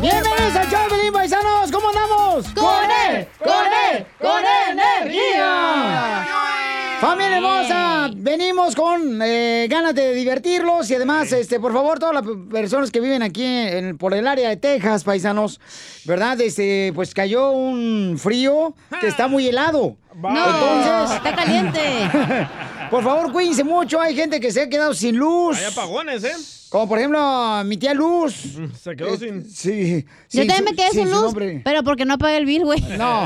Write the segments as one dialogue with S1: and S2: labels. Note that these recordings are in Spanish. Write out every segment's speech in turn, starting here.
S1: Bienvenidos al show, Pelín Paisanos. ¿Cómo andamos?
S2: ¡Con él! ¡Con él! ¡Con energía!
S1: Familia hermosa, venimos con eh, ganas de divertirlos y además, este, por favor, todas las pe- personas que viven aquí en- por el área de Texas, paisanos, ¿verdad? Este, pues cayó un frío que está muy helado. Ah. Entonces,
S3: está caliente.
S1: por favor, cuídense mucho. Hay gente que se ha quedado sin luz.
S4: Hay apagones, ¿eh?
S1: Como por ejemplo, mi tía Luz.
S4: Se quedó
S1: Eh,
S4: sin-
S1: Sí.
S3: Yo
S1: sin
S3: también
S1: su-
S3: me quedé
S1: sin
S3: sin
S1: su
S3: luz,
S1: nombre.
S3: pero porque no pagué el bill, güey.
S1: No,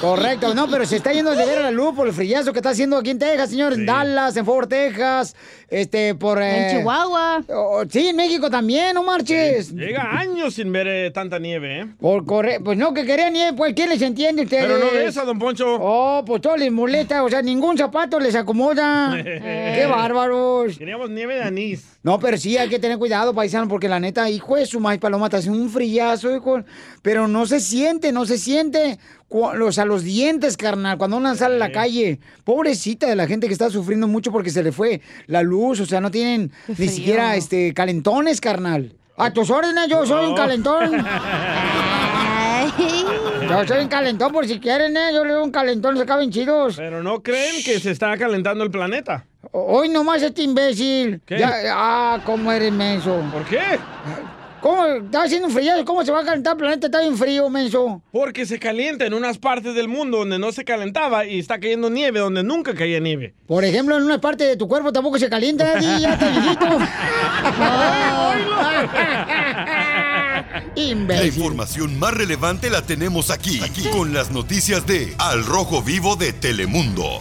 S1: correcto, no, pero se está yendo de ver la luz por el frillazo que está haciendo aquí en Texas, señores, en Dallas, en Fort Worth, Texas, este, por... eh,
S3: En Chihuahua.
S1: oh, sí, en México también, no marches.
S4: Llega años sin ver eh, tanta nieve, ¿eh?
S1: Por corre... Pues no, que querían ir, pues, ¿quién les entiende a ustedes?
S4: Pero no ves a Don Poncho.
S1: Oh, pues todo les molesta, o sea, ningún zapato les acomoda. ¡Qué bárbaros!
S4: Queríamos nieve de anís.
S1: No, pero sí hay que tener cuidado, paisano, porque la neta, hijo de su maíz paloma, está haciendo un frillazo, hijo. Pero no se siente, no se siente. cu- O sea, los dientes, carnal, cuando una sale a la calle. Pobrecita de la gente que está sufriendo mucho porque se le fue la luz. O sea, no tienen ni
S3: frío.
S1: siquiera este calentones, carnal. A tus órdenes, yo soy un calentón. Yo soy un calentón por si quieren, ¿eh? Yo le doy un calentón, se acaben chidos.
S4: Pero no creen que se está calentando el planeta.
S1: O- Hoy nomás este imbécil.
S4: ¿Qué?
S1: Ya- ah, cómo eres menso.
S4: ¿Por qué?
S1: ¿Cómo? Está haciendo un frillazo. ¿Cómo se va a calentar el planeta? Está bien frío, menso.
S4: Porque se calienta en unas partes del mundo donde no se calentaba y está cayendo nieve donde nunca caía nieve.
S1: Por ejemplo, en una parte de tu cuerpo tampoco se calienta. Y ya está viejito.
S5: La
S1: Imbécil.
S5: información más relevante la tenemos aquí, aquí con las noticias de Al Rojo Vivo de Telemundo.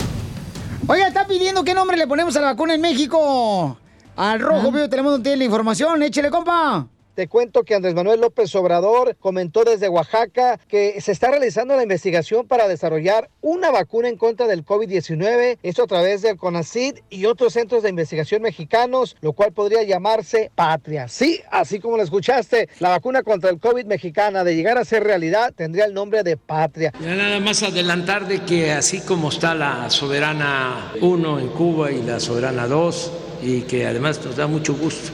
S1: Oiga, está pidiendo qué nombre le ponemos a la vacuna en México. Al
S4: Ah.
S1: rojo vivo tenemos tiene la información. Échale, compa.
S6: Te cuento que Andrés Manuel López Obrador comentó desde Oaxaca que se está realizando la investigación para desarrollar una vacuna en contra del COVID-19, esto a través del CONACYT y otros centros de investigación mexicanos, lo cual podría llamarse Patria. Sí, así como lo escuchaste, la vacuna contra el COVID mexicana de llegar a ser realidad tendría el nombre de Patria.
S7: Ya nada más adelantar de que así como está la Soberana 1 en Cuba y la Soberana 2, y que además nos da mucho gusto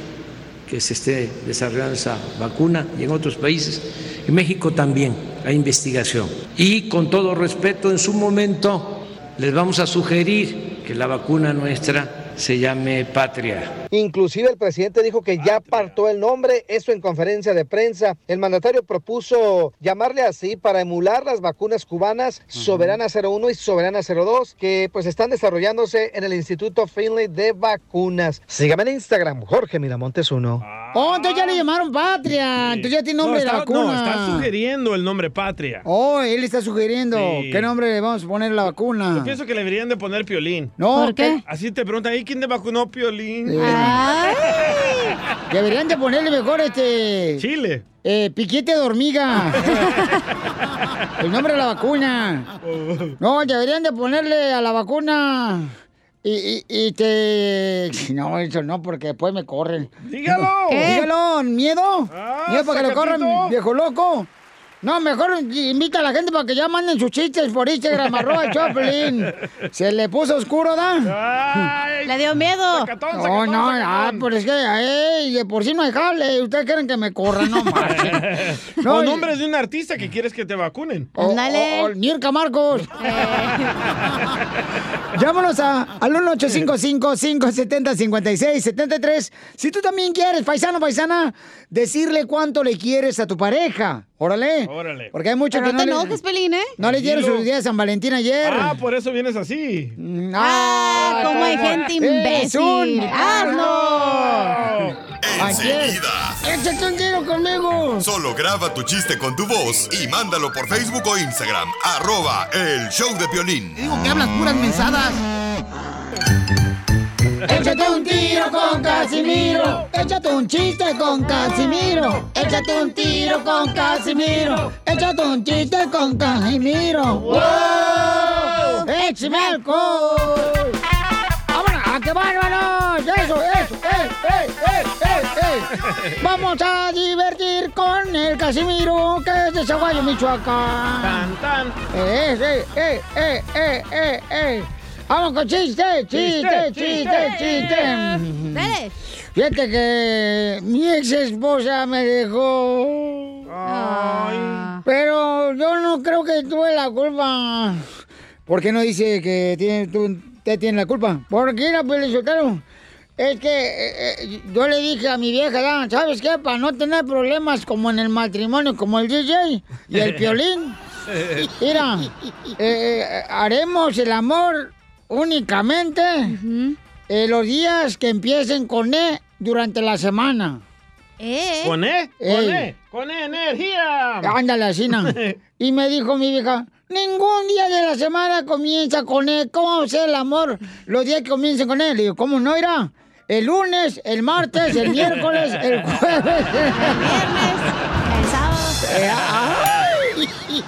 S7: que se esté desarrollando esa vacuna y en otros países, en México también hay investigación. Y con todo respeto, en su momento les vamos a sugerir que la vacuna nuestra se llame Patria.
S6: Inclusive el presidente dijo que ya apartó el nombre, eso en conferencia de prensa. El mandatario propuso llamarle así para emular las vacunas cubanas Soberana 01 y Soberana 02 que pues están desarrollándose en el Instituto Finley de Vacunas. Sígame en Instagram, Jorge Miramontes 1.
S1: Oh, entonces ya le llamaron patria. Entonces ya tiene nombre
S4: Ah. no,
S1: de la
S4: está, no,
S1: vacuna.
S4: está sugiriendo el nombre patria.
S1: Oh, él está sugiriendo
S4: Sí.
S1: qué nombre le vamos a poner a la vacuna.
S4: Pienso que le deberían de poner piolín.
S1: Ah. No, Eh.
S3: ¿Por qué?
S4: Así te preguntan, ¿y quién te vacunó piolín?
S3: Ah. Ay,
S1: Deberían de ponerle mejor este...
S4: Chile.
S1: Eh, piquete de hormiga. El nombre de la vacuna. No, deberían de ponerle a la vacuna. Y, y, y te. No, eso no, porque después me corren.
S4: Dígalo.
S3: ¿Qué?
S1: Dígalo, miedo.
S4: Ah,
S1: miedo para que lo
S4: sacatito.
S1: corran, viejo loco. No, mejor invita a la gente para que ya manden sus chistes por Instagram, arroba Choplin. Se le puso oscuro, ¿da?
S2: Le dio miedo.
S1: no, no, ah, pero es que, ey, de por si no hay jale. Ustedes quieren que me corran, no, marchen. No,
S4: o
S1: y-
S4: nombres de un artista que quieres que te vacunen.
S1: O- o- o Oh, Mirka Marcos.
S2: Eh.
S1: Llámanos a, al 1-855-570-5673. Si tú también quieres, paisano, paisana, decirle cuánto le quieres a tu pareja. Órale.
S4: Órale.
S1: Porque hay muchos
S2: Pero
S1: que
S2: no te
S1: no,
S2: enojes,
S1: le,
S2: Pelín, ¿eh?
S1: no le dieron
S4: Dilo.
S1: su día de San Valentín ayer. Mm,
S4: Ah, por eso vienes así.
S2: Ah, cómo hay gente
S1: ¡Es un
S2: imbécil.
S1: asno!
S5: Enseguida.
S1: ¡Échate un tiro conmigo!
S5: Solo graba tu chiste con tu voz y mándalo por Facebook o Instagram. Arroba el show de violín.
S8: Digo que hablas puras mensadas.
S1: Échate un tiro con Casimiro. Échate un chiste con Casimiro. Échate un tiro con Casimiro. Échate un chiste con Casimiro. ¡Wow! ¡Échame alcohol! ¡Vámonos! ¡A qué bárbaros! ¡Eso, eso! ¡Eh, eh, eh, eh, eh! Vamos a divertir con el Casimiro, que es de Zaguayo, Michoacán.
S4: Tan, tan.
S1: Eh, eh, eh, eh, eh, eh, eh. Vamos con chiste, chiste, chiste, chiste.
S2: Dale.
S1: Fíjate que mi ex esposa me dejó. Pero yo no creo que tuve la culpa. ¿Por qué no dice que tiene, tú, usted tiene la culpa? Porque era pues, Pelizotero. Es que eh, eh, yo le dije a mi vieja, "Ah, ¿sabes qué? Para no tener problemas como en el matrimonio, como el DJ y el violín. Mira, eh, eh, haremos el amor únicamente eh, los días que empiecen con E durante la semana.
S2: Eh.
S4: ¿Con E? ¿Con
S1: Ey.
S4: E? ¡Con E, energía!
S1: Ándale, Asina. Y me dijo mi vieja, ningún día de la semana comienza con él. ¿Cómo va a ser el amor los días que comiencen con él? Le digo, ¿cómo no irá? El lunes, el martes, el miércoles, el jueves.
S2: El sábado.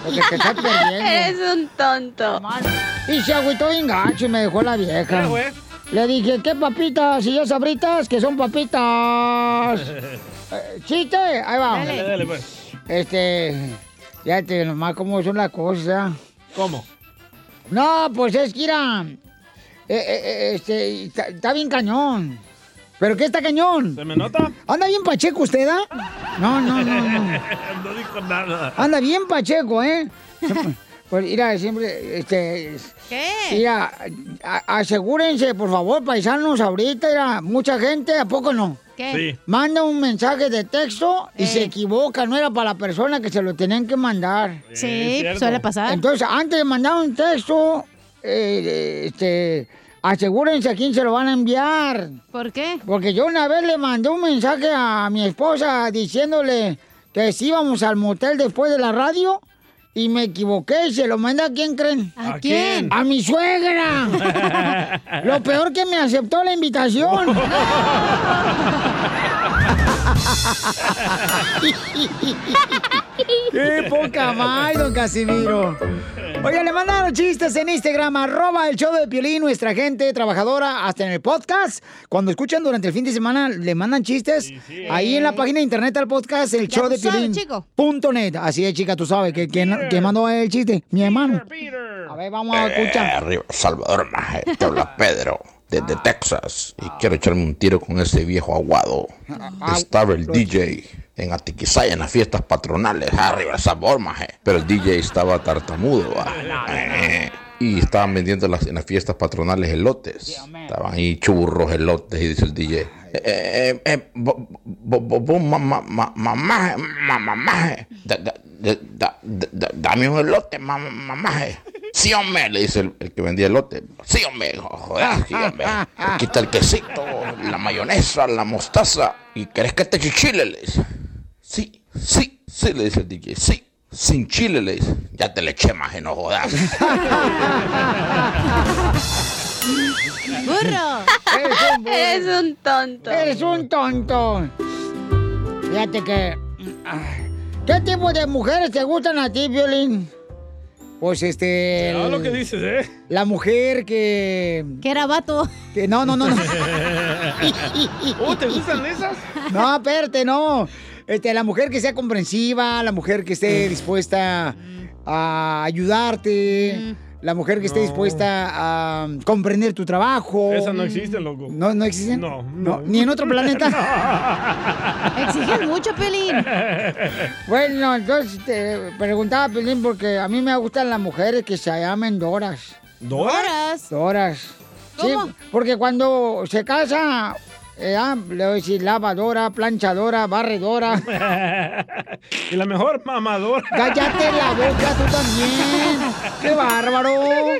S1: Lo que te estás perdiendo.
S2: Eres un tonto.
S1: Y se agüitó bien gacho y me dejó la vieja.
S4: Mira, güey.
S1: Le dije, ¿qué papitas? Y yo sabritas que son papitas. Eh, Chiste, ahí va.
S4: Dale, dale, pues.
S1: Este, ya te nomás cómo son las cosas. ¿ah?
S4: ¿Cómo?
S1: No, pues es que mira, eh, eh, eh, este, está, está bien cañón. ¿Pero qué está cañón?
S4: ¿Se me nota?
S1: ¿Anda bien pacheco usted, ah? No, no, no, no.
S4: no dijo nada.
S1: Anda bien pacheco, ¿eh? Pues mira, siempre, este...
S2: ¿Qué?
S1: Mira, a- asegúrense, por favor, paisanos, ahorita, mira, mucha gente, ¿a poco no?
S2: ¿Qué?
S4: Sí.
S1: Manda un mensaje de texto y
S2: Eh.
S1: se equivoca, no era para la persona que se lo tenían que mandar.
S2: Sí,
S4: cierto.
S2: suele pasar.
S1: Entonces, antes de mandar un texto, eh, este, asegúrense a quién se lo van a enviar.
S2: ¿Por qué?
S1: Porque yo una vez le mandé un mensaje a mi esposa diciéndole que sí íbamos al motel después de la radio y me equivoqué y se lo mandé a quién creen.
S2: ¿A
S4: ¿A
S2: quién?
S4: quién?
S1: ¡A mi suegra! Lo peor que me aceptó la invitación. ¡Qué poca madre, don Casimiro! Oiga, le mandaron chistes en Instagram, arroba el show de Piolín, nuestra gente trabajadora, hasta en el podcast. Cuando escuchan durante el fin de semana, le mandan chistes ahí en la página de internet del podcast, el show de
S2: tú sabes,
S1: Piolín
S2: chico.
S1: punto net. Así es, chica, tú sabes que, que, que mandó el chiste, mi hermano.
S4: Peter.
S1: A ver, vamos a
S9: Eh,
S1: escuchar.
S9: arriba, Salvador Maje, te habla Pedro, desde Texas. Y quiero echarme un tiro con ese viejo aguado. Estaba el DJ en Atiquizaya en las fiestas patronales. Arriba, Salvador Maje. Pero el DJ estaba tartamudo. va. Eh, Y estaban vendiendo en las- en las fiestas patronales elotes. Estaban ahí churros, elotes, y dice el DJ. Eh, eh, eh, bo- bo- bo- bo- ma- ma- ma- mamaje, ma- mamaje, da- da- da- da- da- da- dame un elote, ma- ma- mamaje. Sí, hombre, le dice el, el que vendía elote. Sí, hombre, hijo, joder, sí, hombre. Aquí está el quesito, la mayonesa, la mostaza. ¿Y querés que te eche chile? Le dice. Sí, sí, sí, le dice el DJ. Sí, sin chile, le dice. Ya te le eché, maje, no jodas.
S2: Burro.
S1: Eres un,
S10: Eres un tonto.
S1: eres un tonto. Fíjate que. ah, ¿Qué tipo de mujeres te gustan a ti, Violín? Pues este.
S4: Cuidado lo que dices, ¿eh?
S1: La mujer que.
S2: ¿Qué era vato?
S1: que- no, no, no, no.
S4: ¿Oh, te gustan esas?
S1: No, espérate, no. Este, la mujer que sea comprensiva, la mujer que
S4: Mm.
S1: esté dispuesta a ayudarte,
S4: Mm.
S1: la mujer que esté dispuesta a comprender tu trabajo.
S4: Esa no existe, loco.
S1: ¿No, no existen? No, no. ¿Ni en otro planeta? Exigen mucho, Pelín. Bueno, entonces te preguntaba, Pelín, porque a mí me gustan las mujeres que se llamen Doras.
S4: ¿Doras?
S1: Doras. Sí, porque cuando se casa, eh, ah, le voy a decir lavadora, planchadora, barredora.
S4: y la mejor mamadora.
S1: Cállate la boca tú también. ¡Qué bárbaro!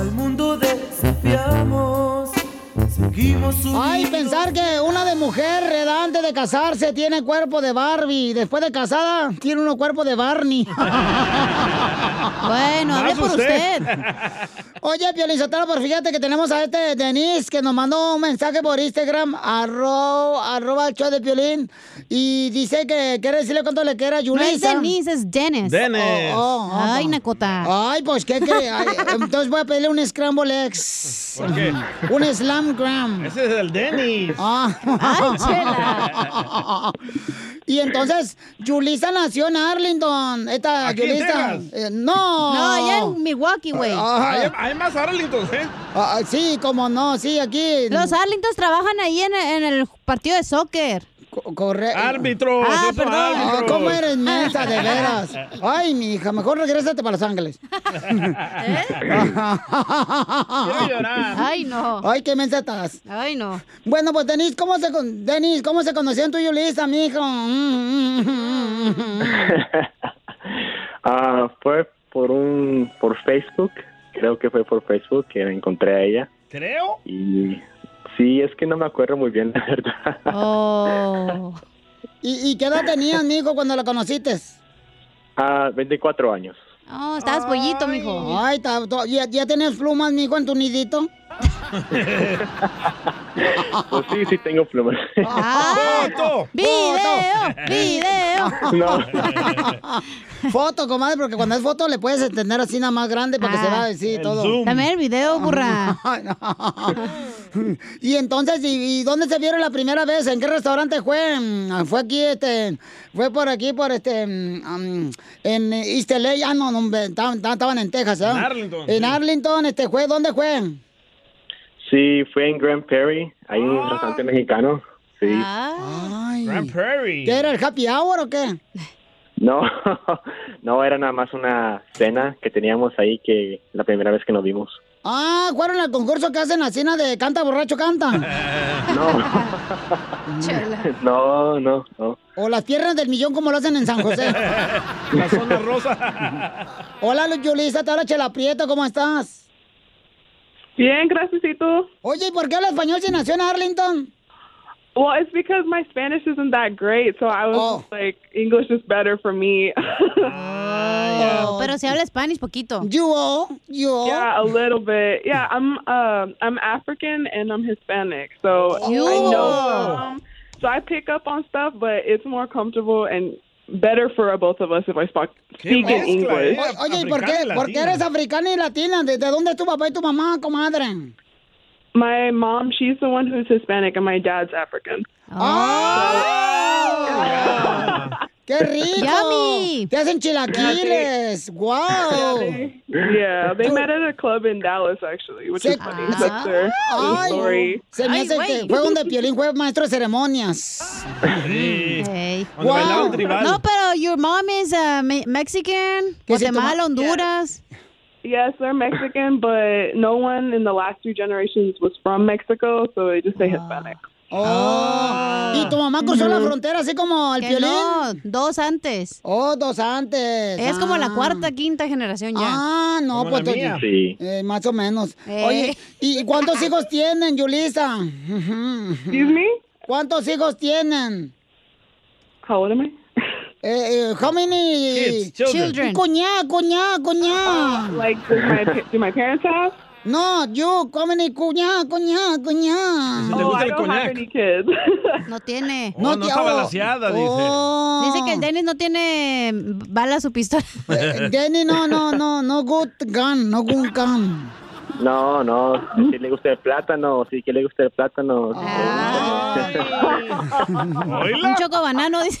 S2: Al mundo desafiamos, seguimos unidos.
S1: Ay, pensar que una de mujer, ¿verdad? antes de casarse, tiene cuerpo de Barbie. Después de casada, tiene uno cuerpo de Barney. bueno,
S3: hable Más por usted.
S1: Oye, Piolizotero, pero fíjate que tenemos a este Denis que nos mandó un mensaje por Instagram, arro, arroba el show de Piolín, y dice que quiere decirle cuánto le quiere a
S3: No es
S1: Yulisa.
S3: Denise, es Dennis.
S4: Dennis.
S3: Ay,
S1: no.
S3: Nacota.
S1: Ay, pues, ¿qué cree? Ay, Entonces voy a pedirle un Scramble X.
S4: ¿Por qué?
S1: Un Slam Gram.
S4: Ese es el Dennis.
S1: Ah. Y entonces, Yulisa nació en Arlington. Esta
S4: Aquí en
S1: Yulisa.
S4: Texas.
S1: eh, no.
S3: No, allá en Milwaukee, güey.
S1: Ah,
S4: Hay más Arlington, ¿eh?
S1: ah, sí, como no, sí, aquí.
S3: Los Arlingtons trabajan ahí en, en el partido de soccer.
S1: Correcto.
S4: Árbitros,
S3: Ah,
S4: esos
S3: perdón.
S1: Ah,
S4: árbitros.
S1: ¿Cómo eres mensa, de veras? Ay, mi hija, mejor regrésate para Los Ángeles.
S4: ¿Eh?
S3: Ay, no.
S1: Ay, qué mensa estás.
S3: Ay, no.
S1: Bueno, pues Denis, ¿cómo se con... Denis, ¿cómo se conocieron tú y Yulisa, mijo? Mm, mm, mm, mm.
S11: Ah, fue por un por Facebook, creo que fue por Facebook que la encontré a ella
S4: Creo.
S11: y sí, es que no me acuerdo muy bien la verdad.
S1: ¿Y, y qué edad tenías, mijo, cuando la conociste?
S11: Ah, 24 años.
S3: No, Oh, estabas pollito, mijo.
S1: Ay, ta- to- ¿ya, ya tenías plumas, mijo, en tu nidito?
S11: Pues sí, sí tengo plumas.
S4: ¡Foto!
S1: ¡Video!
S3: ¡Video!
S11: No.
S1: Foto, comadre, porque cuando es foto le puedes extender así nada más grande para que se vea así todo.
S3: Dame el video, burra.
S1: Ay, no. y entonces, ¿y, y dónde se vieron la primera vez? ¿En qué restaurante fue? Mm, Fue aquí, este, fue por aquí, por este, mm, am, en East LA, ah, no, no, hombre, estaban, estaban- estaban en Texas, ¿eh?
S11: En Arlington,
S1: En
S11: sí.
S1: Arlington, este, fue, ¿dónde fue?
S11: Sí, fue en Grand Prairie, hay un restaurante mexicano. Sí.
S1: Ay.
S4: Grand Prairie.
S1: ¿Qué era, el happy hour o qué?
S11: No, no era nada más una cena que teníamos ahí que la primera vez que nos vimos.
S1: Ah, fueron al concurso que hacen la cena de canta borracho canta.
S11: No, no, no.
S1: O las piernas del millón como lo hacen en San José.
S4: La zona rosa.
S1: Hola, Yulisa, te habla Chela Prieto, ¿cómo estás?
S12: Bien, gracias y tú.
S1: Oye, ¿y por qué habla español si nació en Arlington?
S12: Well, it's because my Spanish isn't that great, so I was
S1: Oh.
S12: just like, English is better for me.
S3: Oh, pero si habla Spanish poquito.
S1: Yo, yo.
S12: yeah, a little bit. Yeah, I'm um I'm African and I'm Hispanic, so I know some, so I pick up on stuff, but it's more comfortable and better for both of us if I spoke, speak in English.
S1: O- Oye, ¿y por qué,
S12: eh, Africana
S1: por qué
S12: y latina.
S1: eres africana y latina? ¿Desde dónde es tu papá y tu mamá, comadre?
S12: My mom, she's the one who's Hispanic, and my dad's African.
S3: Oh,
S12: Ah,
S1: ¡Qué rico!
S12: Yummy.
S1: ¡Te hacen chilaquiles! ¡Wow!
S12: Yeah, they met at a club in Dallas actually, which is funny. That's their their
S1: Ah. Ay,
S12: story.
S1: se me hace que fue donde Piolín fue maestro de ceremonias.
S12: Ah.
S3: Ey.
S1: Cuando bailaban tribal.
S3: No, pero your mom is uh, me- Mexican, Guatemala, Honduras.
S12: Yes, they're Mexican, but no one in the last two generations was from Mexico, so they just say Hispanic.
S4: Ah.
S1: ¿Y tu mamá cruzó la
S12: Ujú.
S1: frontera así como el
S3: Mm. Que
S1: Piolín?
S3: no, dos antes.
S1: Oh, dos antes.
S3: Es como la
S1: Ah.
S3: cuarta, quinta generación ya.
S1: Ah, no, pues tú- eh, más o menos. Oye, ¿y cuántos hijos tienen, Yulisa?
S12: Excuse me?
S1: ¿Cuántos hijos tienen? How old am I? Eh, eh, how many
S2: Kids, children.
S1: Cuñá, cuñá, cuñá.
S12: Uh, Like, do my, do my parents have?
S1: No, yo, how many cuñá, cuñá, cuñá.
S12: Oh, I don't have any kids.
S3: No tiene.
S12: Oh, no está
S4: balanceada, dice.
S1: oh.
S3: Dice que el Dennis no tiene balas o pistola.
S1: Denny, Eh, no, no, no, no good gun, no good gun.
S11: No, no, si le gusta el plátano, sí que le gusta el plátano.
S3: Un choco banano, dice.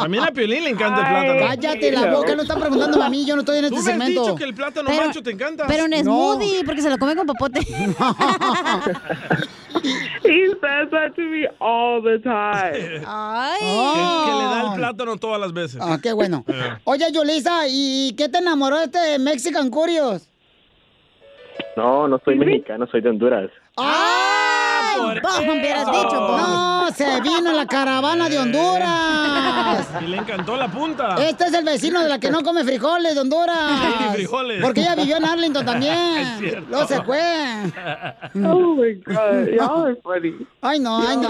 S4: También a Piolín le encanta el plátano. ¿eh?
S1: Cállate la boca, no están preguntando a mí, yo no estoy en
S4: Tú
S1: este
S4: me has
S1: segmento.
S4: dicho que el plátano
S3: Pero-
S4: macho te encanta.
S3: Pero en smoothie, porque se lo come con popote.
S12: He says that to me all the time.
S3: Ay.
S4: Que, que le da el plátano todas las veces.
S1: Ah, qué bueno.
S4: Eh,
S1: Oye, Yulisa, ¿y qué te enamoró este Mexican Curious?
S11: No, no soy mexicano, soy de Honduras.
S1: ¡Ay!
S3: Vos me hubieras dicho, vos.
S1: No, se vino la caravana de Honduras.
S4: Y le encantó la punta.
S1: Este es el vecino de la que no come frijoles de Honduras.
S4: Ni Eh. frijoles.
S1: Porque ella vivió en Arlington
S4: Es
S1: también.
S4: cierto.
S1: No se fue.
S12: Oh my god, y'all are funny.
S1: Ay, no, ay, no.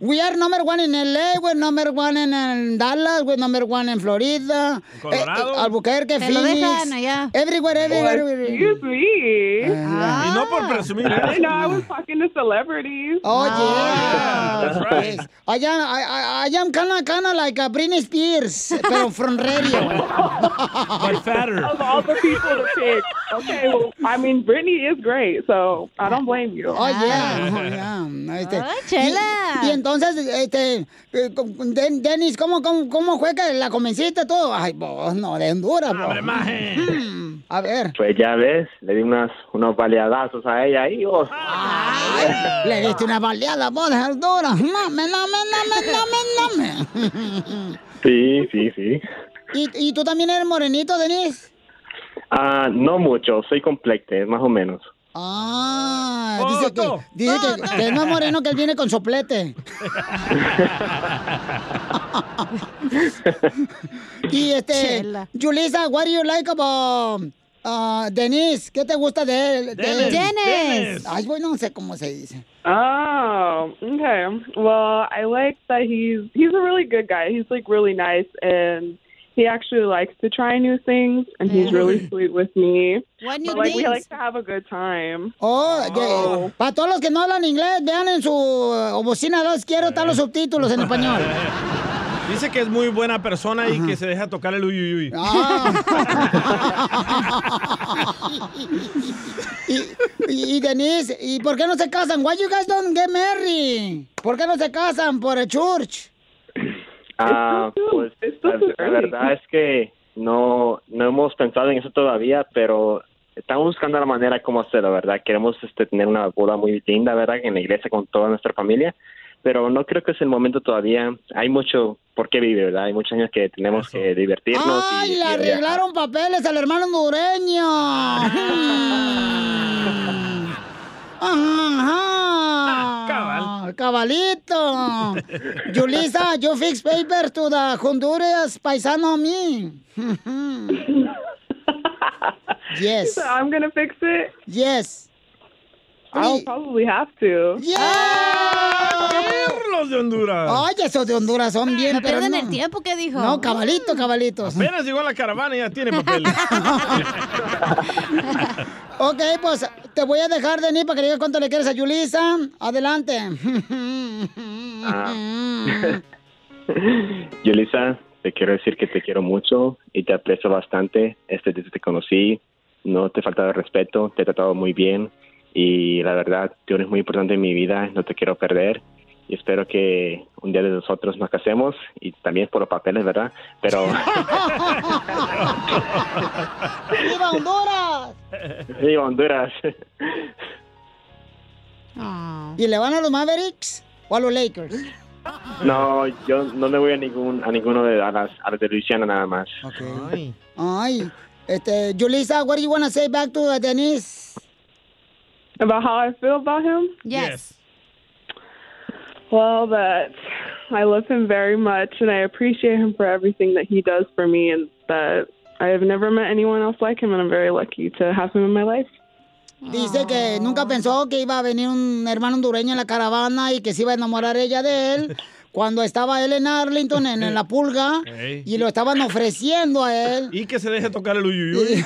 S1: We are number one in LA, we're number one in, um, Dallas, we're number one in Florida. Eh,
S4: Colorado.
S1: Albuquerque,
S3: Te lo
S1: Phoenix.
S3: dejan allá.
S1: Everywhere, everywhere,
S12: Oh,
S1: everywhere. Ah.
S12: Excuse me.
S4: Y no por presumir.
S12: I
S4: ¿eh?
S12: didn't know I was talking to celebrities.
S1: Oh,
S4: Ah. That's
S1: yeah.
S4: right.
S1: I am, I, I, I am kinda, kinda like a Britney Spears, pero from radio.
S4: But fatter.
S12: Of all the people to pick. Okay, well, I mean, Britney is great, so I don't blame you.
S1: Oh, yeah. Oh, yeah. Este,
S3: Ah, chela.
S1: Y, y entonces, este, eh, con- con Den- Dennis, ¿cómo, cómo, ¿cómo fue que la convenciste todo? Ay, vos, no, de Honduras, vos. Mm, A ver,
S11: Pues ya ves, le di unas, unos baleadazos a ella ahí. oh.
S1: le diste una baleada, vos, de Honduras. Mame, name, name, name, name.
S11: Sí, sí, sí.
S1: ¿Y, ¿Y tú también eres morenito, Denise?
S11: Ah, no mucho, soy complexe, más o menos.
S1: Ah, dice que, dice que, que es más moreno que él viene con soplete. Y este,
S3: Chela.
S1: Julissa, what do you like about uh, Denise? ¿Qué te gusta de él? De
S3: Dennis,
S1: él?
S3: Dennis.
S1: Ay, bueno, no sé cómo se dice.
S12: Oh, okay. Well, I like that he's he's a really good guy. He's like really nice and he actually likes to try new things and he's really sweet with me.
S3: Mm. What new
S12: But, like we
S3: things?
S12: like to have a good time.
S1: Oh, de- para todos los que no hablan inglés, vean en su eh, bocina dos izquierda están los subtítulos en español.
S4: Dice que es muy buena persona y que se deja tocar el uyuyuy.
S1: Ah. y, y, y Denise, ¿y por qué no se casan? Why you guys don't get married? ¿Por qué no se casan por el church?
S11: Ah, pues la, la verdad es que no, no hemos pensado en eso todavía, pero estamos buscando la manera como hacerlo, ¿verdad? Queremos este, tener una boda muy linda, ¿verdad? En la iglesia con toda nuestra familia, pero no creo que es el momento todavía. Hay mucho por qué vivir, ¿verdad? Hay muchos años que tenemos que divertirnos. y-
S1: ¡Ay, le
S11: y viajar.
S1: arreglaron papeles al hermano hondureño! Mm.
S11: Ah,
S1: ¡Ajá! ¡Cabalito! Yulisa, you fix papers to the Honduras paisano me.
S3: Hmm.
S1: yes.
S12: So I'm gonna fix it.
S1: Yes.
S12: I'll probably have to.
S4: Perros de Honduras.
S1: Ay, esos de Honduras son bien
S3: No pierden
S1: pero
S3: el tiempo, ¿qué dijo?
S1: No, cabalito, cabalitos.
S4: Apenas llegó a la caravana y ya tiene papeles.
S1: Ok, pues te voy a dejar de para que digas cuánto le quieres a Yulisa. Adelante.
S11: Yulisa, Ah. te quiero decir que te quiero mucho y te aprecio bastante. Este, desde que te conocí, no te he faltado el respeto, te he tratado muy bien y la verdad, tú eres muy importante en mi vida, no te quiero perder. Y espero que un día de nosotros nos casemos y también por los papeles, ¿verdad? Pero
S1: ¡Viva Honduras!
S11: sí, Honduras.
S1: ¿Y le van a los Mavericks o a los Lakers?
S11: No, yo no me voy a ningún a ninguno de a las a las de Luisiana nada más.
S1: Ay, este, Yulisa, what do you want to say back to uh, Denise?
S12: About how I feel about him?
S3: Yes.
S12: Well, that I love him very much and I appreciate him for everything that he does for me and that I have never met anyone else like him and I'm very lucky to have him in my life.
S1: Dice que nunca pensó que iba a venir un hermano hondureño en la caravana y que se iba a enamorar ella de él. Cuando estaba él en Arlington, en, en la pulga,
S4: Ey.
S1: y lo estaban ofreciendo a él.
S4: Y que se deje tocar el uyuyuy.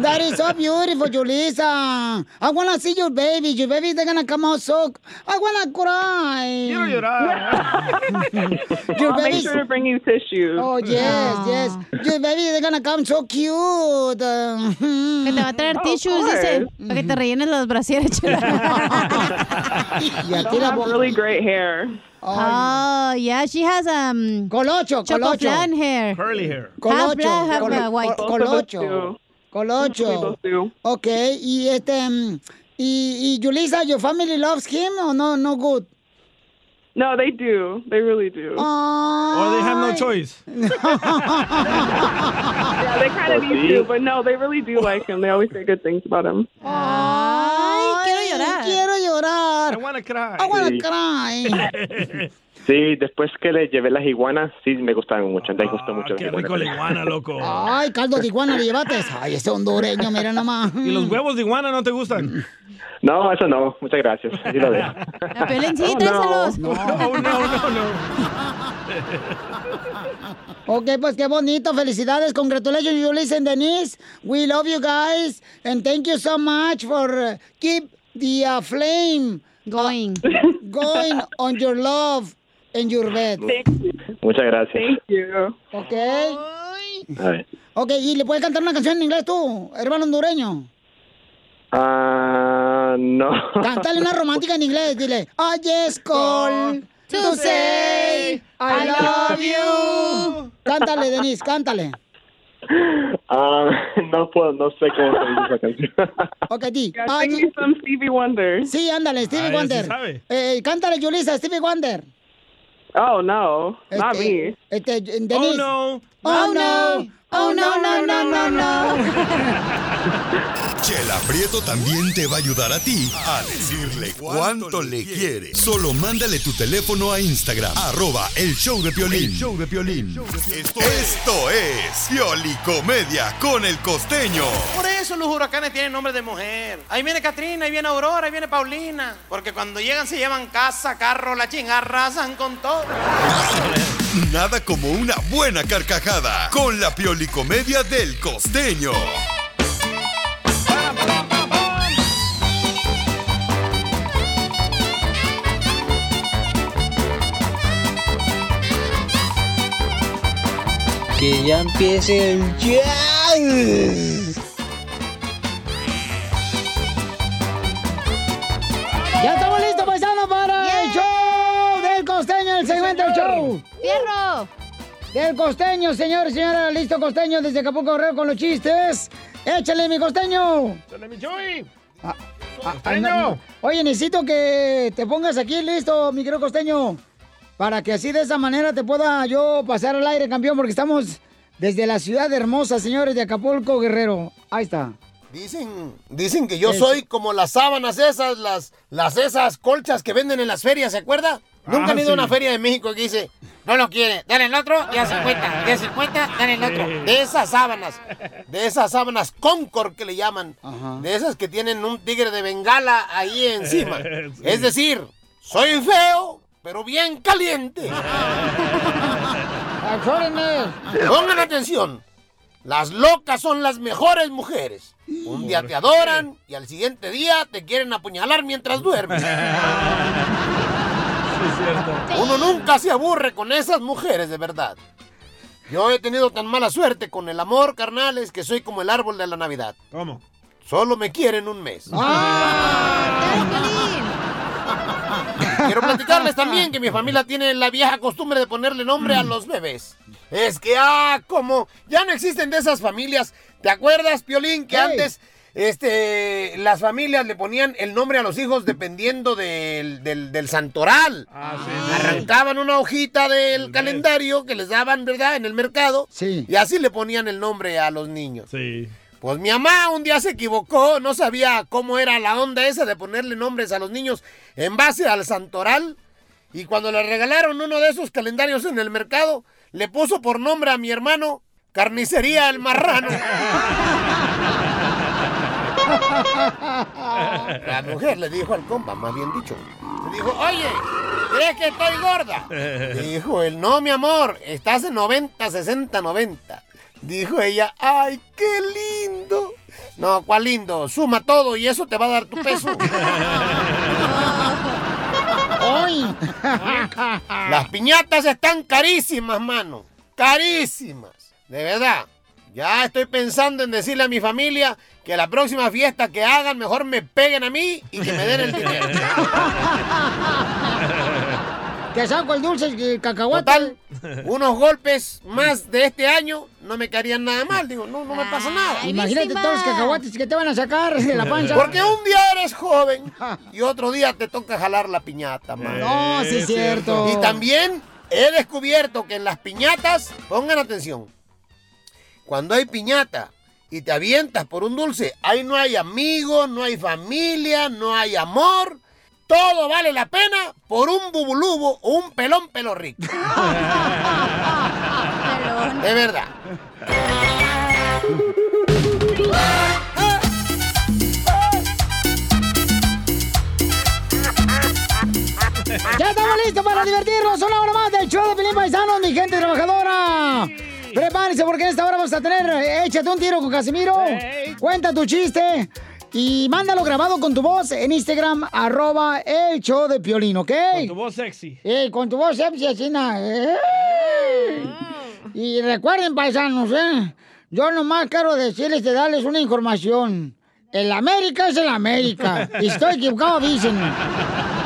S1: That is so beautiful, Julissa. I wanna see your baby. Your baby, they're gonna come out so... I wanna cry. Quiero Your
S12: I'll make
S1: baby's-
S12: sure to bring you tissues.
S1: Oh, yes, yes.
S3: Ah.
S1: Your baby, they're gonna come so cute. Que
S3: te va a traer tissues, dice, para que te rellenes los brasieres,
S1: Y a ti
S3: la
S12: They'll have
S3: boca.
S12: really great hair.
S3: Oh, yeah, she has um
S1: colocho,
S3: choco
S12: colocho.
S3: flan hair.
S12: Curly hair.
S3: Half black, half
S1: Col-
S3: uh, white.
S1: col- Colocho. Colocho. Ok, y este. mm, Y, y Julissa, your family loves him or no, no good?
S12: No, they do. They really do.
S1: Or
S4: they have no choice.
S12: Yeah, they kind of
S2: Oh,
S12: need to, but no, they really do like him. They always say good things about him.
S1: Oh. Ay, quiero
S3: llorar.
S1: Quiero llorar. I
S4: wanna cry.
S1: I wanna
S11: Sí.
S1: cry.
S11: Sí, después que le llevé las iguanas, sí me gustaron mucho, les gustó mucho.
S4: Ah, Qué rico la iguana, loco.
S1: Ay, caldo de iguana le llevaste. Ay, ese hondureño, mira nomás.
S4: ¿Y los huevos de iguana no te gustan?
S11: No, eso no, muchas gracias. Así lo dejo.
S3: A Piolín, sí,
S4: Oh, no.
S3: tráeselos.
S4: No, no, no, no.
S1: Ok, pues qué bonito. Felicidades. Congratulations, Julissa and Denise. We love you guys. And thank you so much for uh, keep the uh, flame uh,
S3: going.
S1: going on your love and your bed.
S11: Muchas gracias.
S12: you.
S1: Ok.
S11: A ver.
S1: Ok, ¿y le puedes cantar una canción en inglés tú, hermano hondureño?
S11: Ah, no.
S1: Cántale una romántica en inglés, dile. I just call to say I love you. Cántale, Denise, cántale.
S11: Ah, no puedo, no sé cómo se dice esa canción.
S1: Ok, di.
S12: Yeah, sing me some Stevie Wonder.
S1: Sí, ándale, Stevie
S12: Ah, ya
S1: Wonder.
S12: sí sabe.
S1: Eh, cántale, Julissa, Stevie Wonder.
S12: Oh no, not
S1: Este,
S12: me.
S1: Este, Denise.
S12: no.
S1: Oh, no. Oh, no, no, no, no, no.
S5: Chela Prieto también te va a ayudar a ti a decirle cuánto le quiere. Solo mándale tu teléfono a Instagram, arroba el show de Piolín.
S8: El
S5: show de Piolín. Esto, esto es Piolicomedia con el costeño.
S13: Por eso los huracanes tienen nombre de mujer. Ahí viene Catrina, ahí viene Aurora, ahí viene Paulina. Porque cuando llegan se llevan casa, carro, la chinga, arrasan con todo.
S5: Nada como una buena carcajada con la Piolicomedia del costeño.
S14: Que ya empiece el jazz.
S1: Ya estamos listos, paisano, para el show del costeño, el segmento del show.
S3: ¡Fierro!
S1: Del costeño, señor y señora, listo costeño desde Acapulco Guerrero con los chistes. Échale mi costeño.
S4: Dale, mi Joey.
S1: Ah, ah, ah, no, no. Oye, necesito que te pongas aquí listo, mi querido costeño. Para que así de esa manera te pueda yo pasar al aire, campeón, porque estamos desde la ciudad hermosa, señores, de Acapulco, Guerrero. Ahí está.
S8: Dicen, dicen que yo
S1: Eso.
S8: soy como las sábanas esas, las, las esas colchas que venden en las ferias, ¿se acuerda? Nunca han ido
S15: Ah, sí.
S8: a una feria de México que dice, no lo quiere, dale el otro, ya 50, de 50, dale el otro.
S15: Sí.
S8: De esas sábanas, de esas sábanas Concord que le llaman, de esas que tienen un tigre de bengala ahí encima.
S15: Sí.
S8: Es decir, soy feo, pero bien caliente. Pongan atención. Las locas son las mejores mujeres. Un día te adoran y al siguiente día te quieren apuñalar mientras duermes. Uno nunca se aburre con esas mujeres, de verdad. Yo he tenido tan mala suerte con el amor, carnales, que soy como el árbol de la Navidad. ¿Cómo? Solo me quieren un mes. Quiero platicarles también que mi familia tiene la vieja costumbre de ponerle nombre a los bebés. Es que, ah, como ya no existen de esas familias. ¿Te acuerdas, Piolín, que antes este, las familias le ponían el nombre a los hijos dependiendo del, del- del santoral? Arrancaban una hojita del calendario que les daban, ¿verdad?, en el mercado. Y así le ponían el nombre a los niños. Pues mi mamá un día se equivocó, no sabía cómo era la onda esa de ponerle nombres a los niños en base al santoral. Y cuando le regalaron uno de esos calendarios en el mercado, le puso por nombre a mi hermano Carnicería el Marrano. La mujer le dijo al compa, más bien dicho. Le dijo, oye, ¿crees que estoy gorda? Dijo él, no, mi amor, estás en 90, 60, 90. Dijo ella, ay, qué lindo. No, cuál lindo, suma todo y eso te va a dar tu
S1: Pues, Ah,
S8: peso.
S1: ¡Ay!
S8: Las piñatas están carísimas, mano. Carísimas. De verdad. Ya estoy pensando en decirle a mi familia que la próxima fiesta que hagan mejor me peguen a mí y que me den el dinero.
S1: Te saco el dulce y el cacahuate.
S8: Total, unos golpes más de este año no me caerían nada mal. Digo, no, no me pasa nada.
S1: Imagínate todos los cacahuates que te van a sacar de la pancha.
S8: Porque un día eres joven y otro día te toca jalar la piñata, man.
S1: No, sí es cierto.
S8: Y también he descubierto que en las piñatas, pongan atención, cuando hay piñata y te avientas por un dulce, ahí no hay amigos, no hay familia, no hay amor. Todo vale la pena por un bubulubo o un pelón pelo rico. De verdad.
S1: ¡Ya estamos listos para divertirnos! ¡Una hora más del show de Pelín Paisano, mi gente trabajadora! Prepárense porque en esta hora vamos a tener eh, Échate un tiro con Casimiro. Cuenta tu chiste. Y mándalo grabado con tu voz en Instagram, arroba el show de Piolín, ¿ok?
S4: Tu voz sexy.
S1: Eh, con tu voz sexy, así na- ¡Eh! Y recuerden, paisanos, ¿eh? Yo nomás quiero decirles, de darles una información. El América es el América. Y estoy equivocado, avísenme.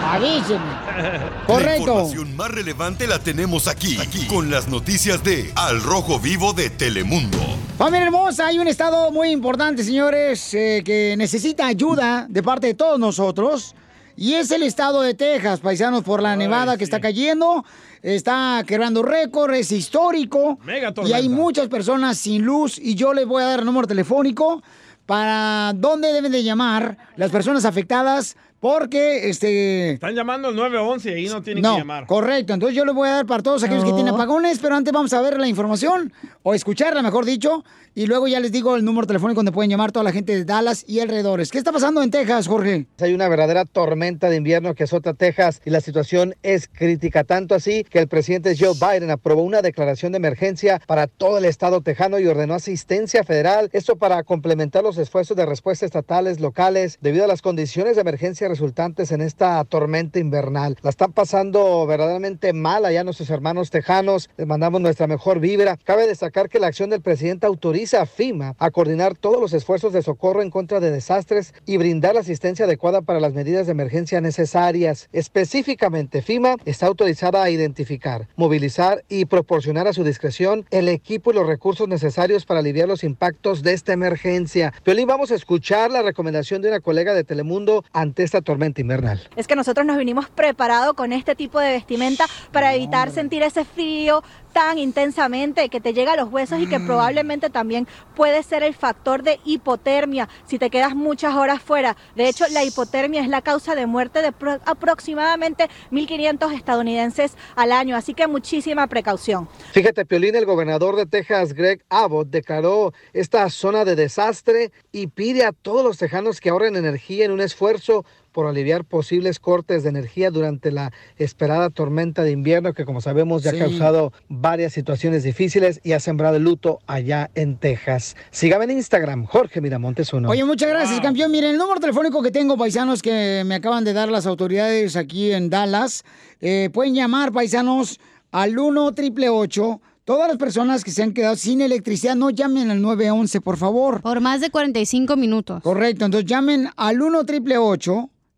S1: Avísenme.
S5: La
S1: Correcto.
S5: información más relevante la tenemos aquí, aquí, con las noticias de Al Rojo Vivo de Telemundo.
S1: Familia hermosa, hay un estado muy importante, señores, eh, que necesita ayuda de parte de todos nosotros. Y es el estado de Texas, paisanos, por la nevada que está cayendo. Está quebrando récord, es histórico.
S4: Mega
S1: y
S4: tormenta.
S1: hay muchas personas sin luz. Y yo les voy a dar el número telefónico para dónde deben de llamar las personas afectadas porque este
S4: Están llamando al 911 y ahí no tienen
S1: no,
S4: que llamar.
S1: correcto. Entonces yo les voy a dar para todos aquellos que tienen apagones, pero antes vamos a ver la información o escucharla, mejor dicho, y luego ya les digo el número telefónico donde pueden llamar toda la gente de Dallas y alrededores. ¿Qué está pasando en Texas, Jorge?
S6: Hay una verdadera tormenta de invierno que azota Texas y la situación es crítica, tanto así que el presidente Joe Biden aprobó una declaración de emergencia para todo el estado tejano y ordenó asistencia federal, esto para complementar los esfuerzos de respuesta estatales, locales, debido a las condiciones de emergencia resultantes en esta tormenta invernal. La están pasando verdaderamente mal allá nuestros hermanos tejanos, les mandamos nuestra mejor vibra. Cabe destacar que la acción del presidente autoriza a FIMA a coordinar todos los esfuerzos de socorro en contra de desastres y brindar la asistencia adecuada para las medidas de emergencia necesarias. Específicamente, FIMA está autorizada a identificar, movilizar y proporcionar a su discreción el equipo y los recursos necesarios para aliviar los impactos de esta emergencia. Piolín, vamos a escuchar la recomendación de una colega de Telemundo ante esta tormenta invernal.
S15: Es que nosotros nos vinimos preparados con este tipo de vestimenta para evitar sentir ese frío tan intensamente que te llega a los huesos y que probablemente también puede ser el factor de hipotermia si te quedas muchas horas fuera. De hecho, la hipotermia es la causa de muerte de pro- aproximadamente 1.500 estadounidenses al año, así que muchísima precaución.
S6: Fíjate, Piolín, el gobernador de Texas, Greg Abbott, declaró esta zona de desastre y pide a todos los tejanos que ahorren energía en un esfuerzo por aliviar posibles cortes de energía durante la esperada tormenta de invierno que, como sabemos, ya
S8: Sí.
S6: ha causado varias situaciones difíciles y ha sembrado el luto allá en Texas. Sígame en Instagram, Jorge Miramontes uno.
S1: Oye, muchas gracias, campeón. Miren, el número telefónico que tengo, paisanos, que me acaban de dar las autoridades aquí en Dallas, eh, pueden llamar, paisanos, al 1 triple 8 Todas las personas que se han quedado sin electricidad, no llamen al 911, por favor.
S3: Por más de 45 minutos.
S1: Correcto, entonces llamen al 1 triple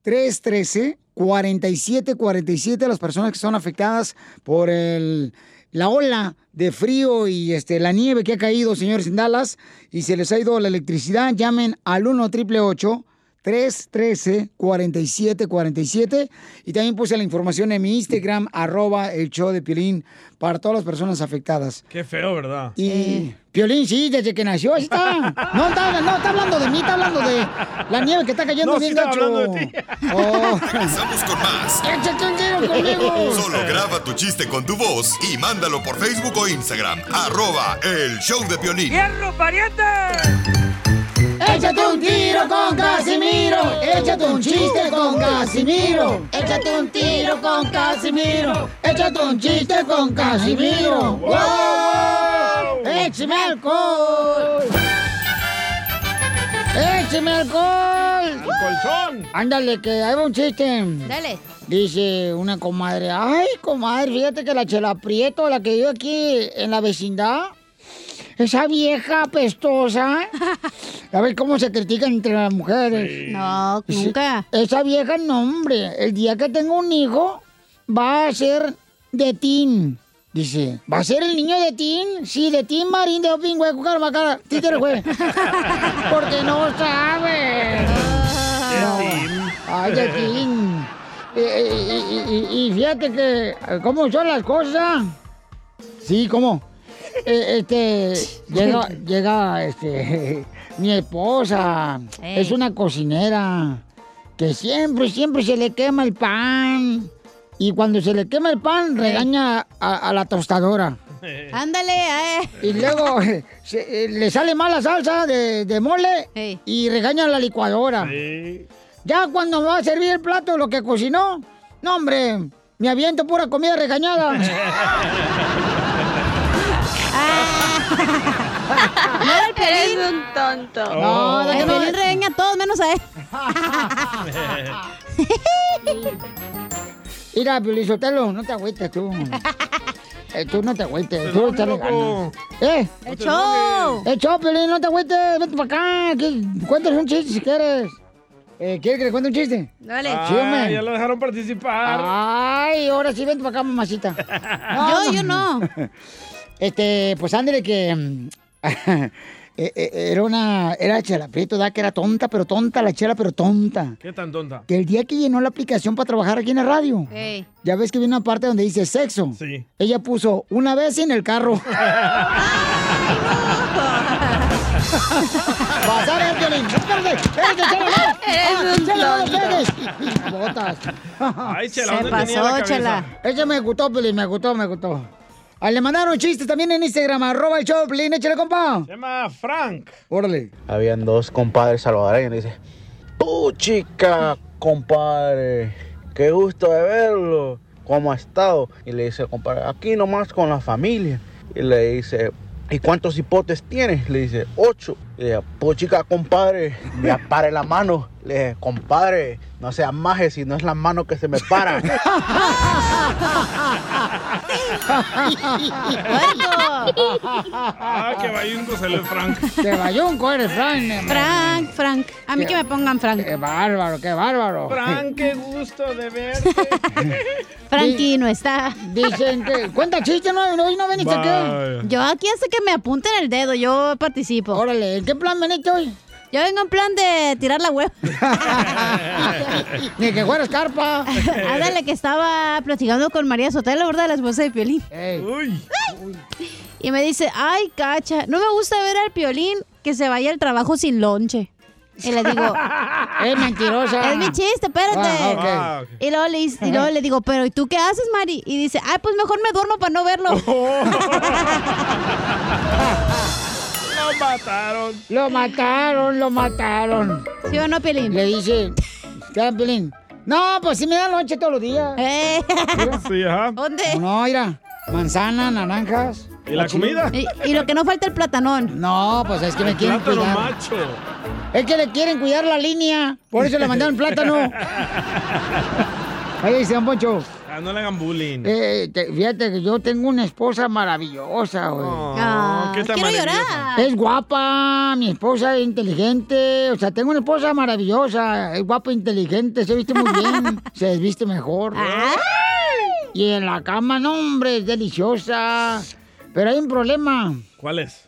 S1: 313 4747 las personas que son afectadas por el, la ola de frío y este la nieve que ha caído, señores, en Dallas y se les ha ido la electricidad. Llamen al 1 triple 313 4747 y también puse la información en mi Instagram arroba el show de Piolín para todas las personas afectadas.
S4: Qué feo, ¿verdad?
S1: Y
S3: Eh,
S1: Piolín, sí, desde que nació, así está. No está, no está hablando de mí, está hablando de la nieve que está cayendo
S5: No, sí
S1: bien
S5: estaba
S1: gacho.
S5: hablando de ti.
S1: Oh.
S5: Regresamos con más.
S1: Échate un tiro conmigo.
S5: Solo graba tu chiste con tu voz y mándalo por Facebook o Instagram. Arroba el show de Piolín.
S2: ¡Hierro, pariente!
S1: Échate un tiro con Casimiro. Échate un chiste con Casimiro. Échate un tiro con Casimiro. Échate un chiste con Casimiro. ¡Wow! ¡Échame alcohol! ¡Échame alcohol!
S4: colchón!
S1: Ándale, que ahí va un chiste.
S3: Dale.
S1: Dice una comadre, ay, comadre, fíjate que la chela Prieto, la que vive aquí en la vecindad, esa vieja apestosa, a ver cómo se critican entre las mujeres.
S3: No, nunca.
S1: Esa vieja, no, hombre, el día que tenga un hijo, va a ser de tin. Dice, ¿va a ser el niño de tin? Sí, de tin marín de opin, güey, cucaramacara, títere, güey. Porque no sabe. No. Ay, de tin. Y, y- y- y- y fíjate que, eh, ¿cómo son las cosas? Sí, ¿cómo? Eh, este, llega, llega, este, mi esposa,
S2: Ey.
S1: es una cocinera, que siempre, siempre se le quema el pan. Y cuando se le quema el pan, regaña a, a la tostadora.
S4: Eh.
S3: Ándale, eh.
S1: Y luego se- eh, le sale mala salsa de, de mole y regaña a la licuadora. Ya cuando va a servir el plato lo que cocinó, no hombre, me aviento pura comida regañada.
S3: No, el Pelín.
S16: Eres un tonto.
S1: Oh.
S3: No, el Pelín regaña a todos menos a él.
S1: Mira, Piolizotelo, no te agüites tú. Eh, tú no te agüites, tú échale ganas. ¿Eh?
S3: ¡El show!
S1: ¡El show, Piolín, no te agüites! Vete para acá, que cuentes un chiste si quieres. Eh, ¿Quieres que le cuente un chiste?
S3: Dale.
S1: Sí,
S4: Ah,
S1: hombre.
S4: ya lo dejaron participar.
S1: Ah. Ay, ahora sí, vente para acá, mamacita.
S4: Yo, yo no.
S1: Este, pues ándale que... mm, eh, eh, era una... Era Chela Prieto, ¿verdad? Que era tonta, pero tonta, la Chela, pero tonta.
S4: ¿Qué tan tonta?
S1: Que el día que llenó la aplicación para trabajar aquí en la radio.
S3: Ey.
S1: Ya ves que viene una parte donde dice sexo.
S4: Sí.
S1: Ella puso una vez en el carro. Vas a ver, Piolín. Espérate, espérate, Ah, Chela, no.
S2: Eres un
S1: Chela, no
S2: tonto.
S1: le pegues. Botas.
S2: Ay, Chela, Se ¿dónde tenía pasó, la cabeza? Chela.
S1: Ese me gustó, Piolín, me gustó, me gustó. Ah, le mandaron chistes también en Instagram, arroba el show, Piolín, échale, compa.
S4: Se llama Ah, Frank.
S1: Órale.
S17: Habían dos compadres salvadoreños. Dice, tú chica, compadre, qué gusto de verlo. ¿Cómo ha estado? Y le dice, el compadre, aquí nomás con la familia. Y le dice, ¿y cuántos hipotes tienes? Le dice, ocho. Y le dice, pues chica, compadre, me pare la mano. Le dice, compadre, no seas maje si no es la mano que se me para.
S4: Ah, que vayunco se le Frank.
S1: Te bayunco eres, Frank.
S3: Frank, Frank. A mí
S1: Qué-
S3: que me pongan Frank.
S1: Qué bárbaro, qué bárbaro.
S4: Frank, qué gusto de verte.
S3: Frankie no está.
S1: Dicen que. Cuenta chiste, no, no, no veniste
S3: qué.
S1: Vaya.
S3: Yo aquí hace que me apunten el dedo, yo participo.
S1: Órale, ¿en qué plan veniste hoy?
S3: Yo vengo en plan de tirar la web.
S1: Ni que fueras carpa.
S3: Ándale, que estaba platicando con María Sotelo, ¿verdad? La esposa de Piolín.
S4: Uy.
S3: Y me dice, ay, cacha, no me gusta ver al Piolín que se vaya al trabajo sin lonche. Y le digo...
S1: Es mentirosa.
S3: Es mi chiste, espérate.
S2: Ah, ok. Ah, ok.
S3: y, luego le, dice- y luego le digo, pero ¿y tú qué haces, Mari? Y dice, ay, pues mejor me duermo para no verlo.
S4: Oh, Lo mataron.
S1: Lo mataron, lo mataron.
S3: ¿Sí o no, Pelín?
S1: Le dice, ¿qué onda, Pelín? No, pues sí me dan lonche todos los días.
S3: Eh.
S4: Sí, ajá.
S3: ¿Dónde?
S1: No, mira, manzana, naranjas.
S4: ¿Y la
S1: guachile-
S4: comida?
S3: Y, y lo que no falta el platanón.
S1: No, pues es que me quieren
S4: Plátano
S1: cuidar.
S4: macho.
S1: Es que le quieren cuidar la línea. Por eso le mandaron plátano. Ahí dice, don Poncho.
S4: Ah, no le hagan bullying.
S1: eh, te- fíjate que yo tengo una esposa maravillosa, güey.
S4: Ah, ¿qué tan quiero maravillosa? llorar.
S1: Es guapa, mi esposa es inteligente. O sea, tengo una esposa maravillosa. Es guapa, inteligente, se viste muy bien. se viste mejor. Y en la cama, no, hombre, es deliciosa. Pero hay un problema.
S4: ¿Cuál es?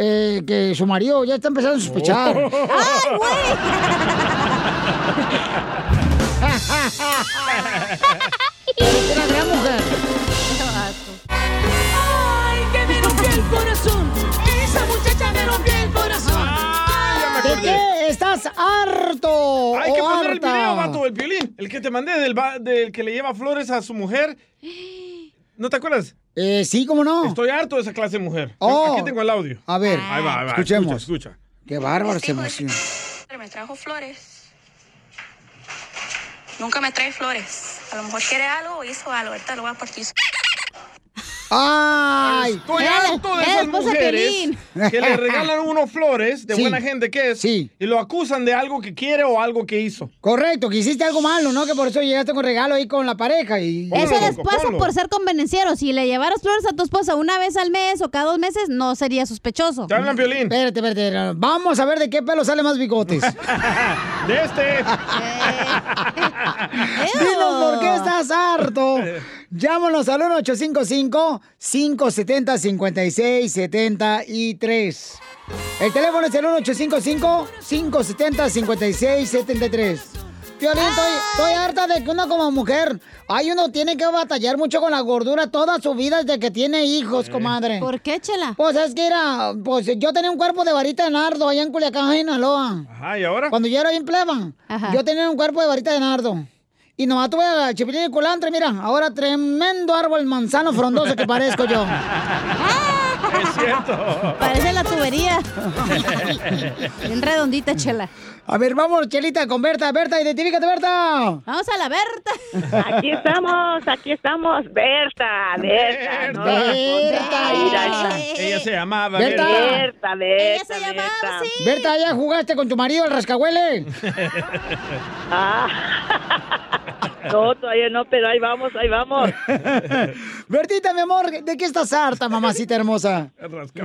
S1: eh, que su marido ya está empezando a sospechar.
S2: Oh. ¡Ay,
S1: Es una gran mujer.
S2: ¡Ay, que me rompió el corazón! ¡Esa muchacha me rompió el corazón!
S1: ¿De qué estás harto?
S4: Hay que
S1: o
S4: poner el
S1: harta?
S4: video, vato, el violín. El que te mandé del, va- del que le lleva flores a su mujer. ¿No te acuerdas?
S1: Eh, sí, cómo no.
S4: Estoy harto de esa clase de mujer.
S1: Oh.
S4: Aquí tengo el audio.
S1: A ver,
S4: Ahí va, ahí va.
S1: escuchemos.
S4: Escucha, escucha.
S1: Qué bárbaro se emoción.
S16: Pero me trajo flores. Nunca me trae flores. A lo mejor quiere algo o hizo algo. Ahorita lo voy a partir.
S1: ¡Ay!
S4: Estoy harto de esas mujeres que le regalan unos flores de
S1: Sí.
S4: buena gente que es y lo acusan de algo que quiere o algo que hizo.
S1: Correcto, que hiciste algo malo, ¿no? Que por eso llegaste con regalo ahí con la pareja y...
S3: Eso les pasa por ser convenencieros. Si le llevaras flores a tu esposa una vez al mes o cada dos meses, no sería sospechoso.
S4: Te hablan violín.
S1: Espérate, espérate. Vamos a ver de qué pelo sale más bigotes.
S4: De este.
S1: Eh. Dinos por qué estás harto. Llámanos al 1-855-570-5673. El teléfono es el 1-855-570-5673. Piolín, estoy, estoy harta de que uno como mujer, ay, uno tiene que batallar mucho con la gordura toda su vida desde que tiene hijos, comadre. ¿Por
S3: qué, chela?
S1: Pues es que era, pues yo tenía un cuerpo de varita de nardo allá en Culiacán, Sinaloa.
S4: Ajá, ¿y ahora?
S1: Cuando yo era bien pleba, yo tenía un cuerpo de varita de nardo. Y nomás tuve a Chipilín y Culantre, mira, ahora tremendo árbol manzano frondoso que parezco yo.
S4: Es cierto.
S3: Parece la tubería. Bien redondita, chela.
S1: A ver, vamos, Chelita, con Berta. Berta, identifícate, Berta.
S3: Vamos a la Berta.
S18: Aquí estamos, aquí estamos. Berta, Berta. no
S4: Berta.
S18: respondas, mira,
S4: Ella se llamaba
S1: Berta.
S18: Berta, Berta.
S1: Berta, ¿ya jugaste con tu marido el rascahuele?
S18: Ah. No, todavía no, pero ahí vamos, ahí vamos.
S1: Bertita, mi amor, ¿de qué estás harta, mamacita hermosa?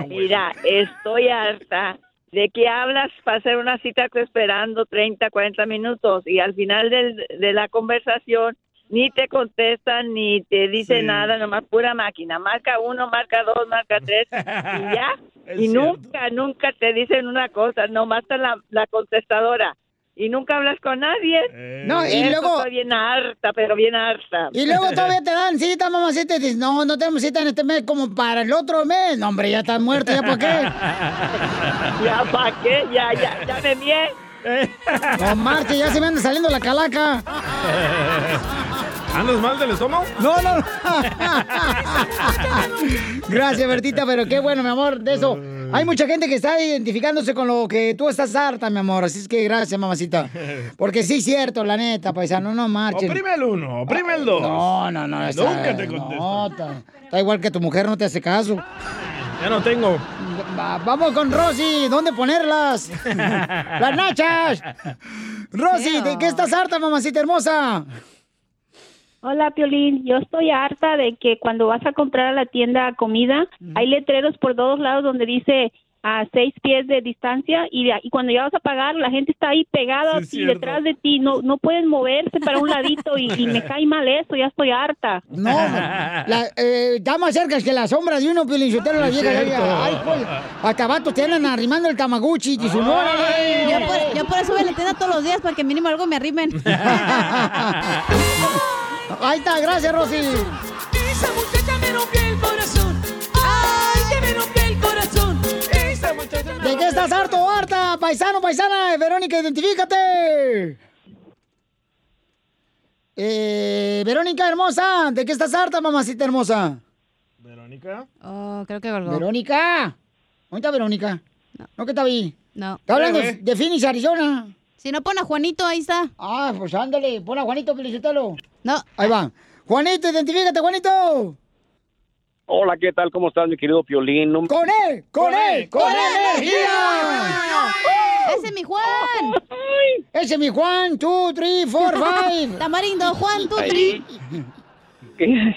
S18: Mira, estoy harta de que hablas para hacer una cita esperando 30, 40 minutos y al final del- de la conversación ni te contestan ni te dicen
S19: Sí.
S18: nada, nomás pura máquina. Marca uno, marca dos, marca tres y ya.
S19: Es
S18: y
S19: cierto.
S18: nunca, nunca te dicen una cosa, nomás está la, la contestadora. Y nunca hablas con nadie.
S19: Eh.
S1: No, y
S18: Eso
S1: luego-
S18: Estoy bien harta, pero bien harta.
S1: Y luego todavía te dan cita, mamacita, y dices, no, no tenemos cita en este mes como para el otro mes. No, hombre, ya estás muerta, ¿ya para qué?
S18: Ya, ¿para qué? Ya, ya, ya me mié.
S1: No marches, ya se me anda saliendo la calaca.
S4: ¿Andas mal del estómago?
S1: No, no, no. Gracias, Bertita, pero qué bueno, mi amor, de eso. Hay mucha gente que está identificándose con lo que tú estás harta, mi amor. Así es que gracias, mamacita. Porque sí es cierto, la neta, paisano, no marches.
S4: Oprime el uno, oprime el dos.
S1: No, no, no. esa-
S4: Nunca te contestan.
S1: No, está, está igual que tu mujer no te hace caso.
S4: Ya no tengo.
S1: Va- vamos con Rosy, ¿dónde ponerlas? Las nachas. Rosy, ¿de qué estás harta, mamacita hermosa?
S19: Hola, Piolín. Yo estoy harta de que cuando vas a comprar a la tienda comida, hay letreros por todos lados donde dice a seis pies de distancia y, y cuando ya vas a pagar, la gente está ahí pegada
S20: Sí, es
S19: y
S20: cierto.
S19: detrás de ti. No, no pueden moverse para un ladito y, y me cae mal eso. Ya estoy harta.
S1: No, la, eh, está más cerca que la sombra de uno, Pilinchotero, la
S19: Es
S1: vieja. ya-
S19: cierto.
S1: ya- Ay, pues, hasta vatos te andan arrimando el tamaguchi. Y su no, órale.
S3: Yo por, yo por eso voy a la tienda todos los días para que mínimo algo me arrimen.
S1: Ahí está, gracias, Rosy.
S2: Esa muchacha me rompió el corazón. Ay, que me rompió el corazón. Esa muchacha me
S1: ¿De qué estás harto o harta, paisano, paisana? Verónica, identifícate. Eh, Verónica hermosa, ¿de qué estás harta, mamacita hermosa?
S4: ¿Verónica?
S3: Oh, creo que colgó.
S1: Verónica. ¿Dónde está Verónica? No, que está ahí.
S3: No.
S1: Está hablando de, de Phoenix, Arizona.
S3: Si no, pon a Juanito, ahí está.
S1: Ah, pues ándale, pon a Juanito, felicítalo.
S3: No.
S1: Ahí va. Juanito, identifícate, Juanito.
S21: Hola, ¿qué tal? ¿Cómo estás, mi querido Piolín? No-
S1: Con él, ¡Eh! con él, con E él, energía.
S3: Ese es mi Juan.
S1: Ese es mi Juan, two, three, four, five.
S3: Tamarindo, Juan, tú,
S21: Ahí.
S3: tri.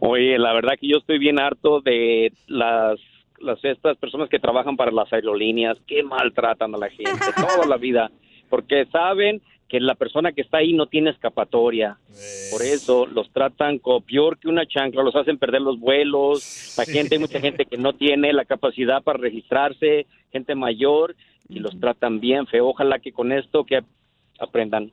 S21: Oye, la verdad que yo estoy bien harto de las las estas personas que trabajan para las aerolíneas que maltratan a la gente toda la vida porque saben que la persona que está ahí no tiene escapatoria por eso los tratan co- peor que una chancla los hacen perder los vuelos la gente hay mucha gente que no tiene la capacidad para registrarse gente mayor y los tratan bien feo ojalá que con esto que aprendan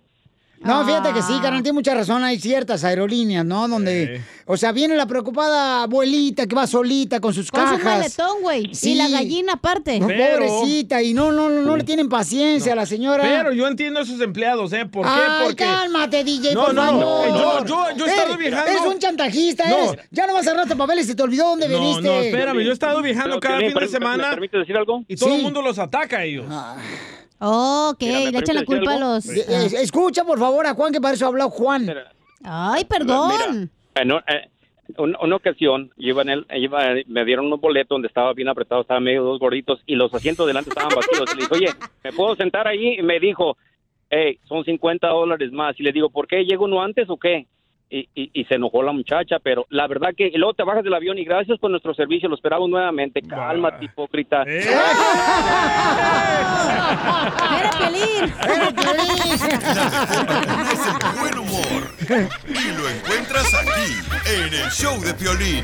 S3: Ah.
S1: No, fíjate que sí, carnal, tiene mucha razón. Hay ciertas aerolíneas, ¿no? Donde O sea, viene la preocupada abuelita que va solita con sus
S3: Con
S1: cajas.
S3: su maletón, güey. Y la gallina aparte.
S1: No,
S4: Pero-
S1: pobrecita, y no, no, no, no le tienen paciencia a la señora.
S4: Pero yo entiendo a esos empleados, ¿eh? ¿Por qué?
S1: Ay,
S4: Porque...
S1: cálmate, DJ,
S4: No,
S1: por
S4: no,
S1: favor.
S4: no, yo- yo- yo he estado
S1: Eres-
S4: viajando.
S1: Eres un chantajista,
S4: No.
S1: eres. Ya no vas a cerrarte papeles, se te olvidó dónde
S4: No,
S1: viniste.
S4: no, espérame, yo he estado viajando
S21: Pero,
S4: cada
S21: Piolín,
S4: fin de
S21: perm- ¿me
S4: semana
S21: permites decir algo?
S4: y todo el
S21: Sí.
S4: mundo los ataca a ellos.
S3: Oh, ok,
S21: Mira, ¿me
S3: le echan la
S21: permites decir
S3: culpa a
S21: algo?
S3: los...
S21: Sí.
S3: Ah.
S1: Es- Escucha, por favor, a Juan, que para eso ha hablado Juan.
S3: Ay, perdón.
S21: En un- eh, una, una ocasión, yo iba en el- iba- me dieron unos boletos donde estaba bien apretado, estaba medio dos gorditos y los asientos delante estaban vacíos. Y le dije, oye, ¿me puedo sentar ahí? Y me dijo, hey, son 50 dólares más. Y le digo, ¿por qué? ¿Llego uno antes o qué? Y, y- y se enojó la muchacha, pero la verdad que y luego te bajas del avión y gracias por nuestro servicio, lo esperamos nuevamente. Cálmate, hipócrita.
S3: Era feliz.
S1: Era feliz.
S5: Buen humor. Y lo encuentras aquí, en el show de Piolín.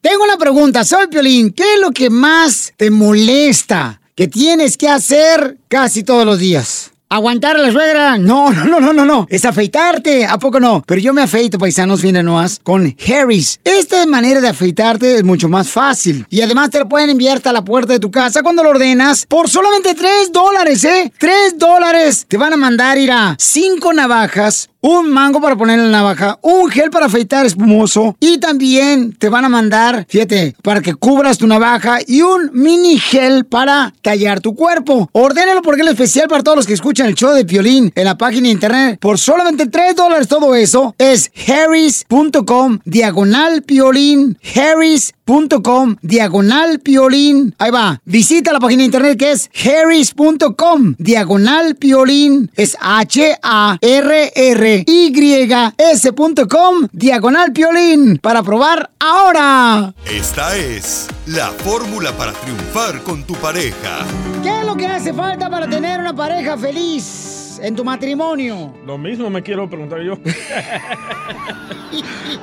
S1: Tengo una pregunta, soy Piolín. ¿Qué es lo que más te molesta que tienes que hacer casi todos los días? ¿Aguantar a la suegra? No, no, no, no, no, no. Es afeitarte. ¿A poco no? Pero yo me afeito, paisanos, miren nomás, con Harry's. Esta manera de afeitarte es mucho más fácil. Y además te lo pueden enviar hasta la puerta de tu casa cuando lo ordenas por solamente 3 dólares, ¿eh? 3 dólares. Te van a mandar ir a 5 navajas, un mango para poner en la navaja, un gel para afeitar espumoso y también te van a mandar, fíjate, para que cubras tu navaja y un mini gel para tallar tu cuerpo. Ordénalo porque es especial para todos los que escuchan el show de Piolín en la página de internet. Por solamente 3 dólares todo eso es harris.com diagonal piolín. harris.com diagonal piolín. Ahí va. Visita la página de internet que es harris.com diagonal piolín. Es H-A-R-R-Y-S.com diagonal piolín. Para probar ahora.
S5: Esta es la fórmula para triunfar con tu pareja.
S1: ¿Qué es lo que hace falta para tener una pareja feliz en tu matrimonio?
S4: Lo mismo me quiero preguntar yo.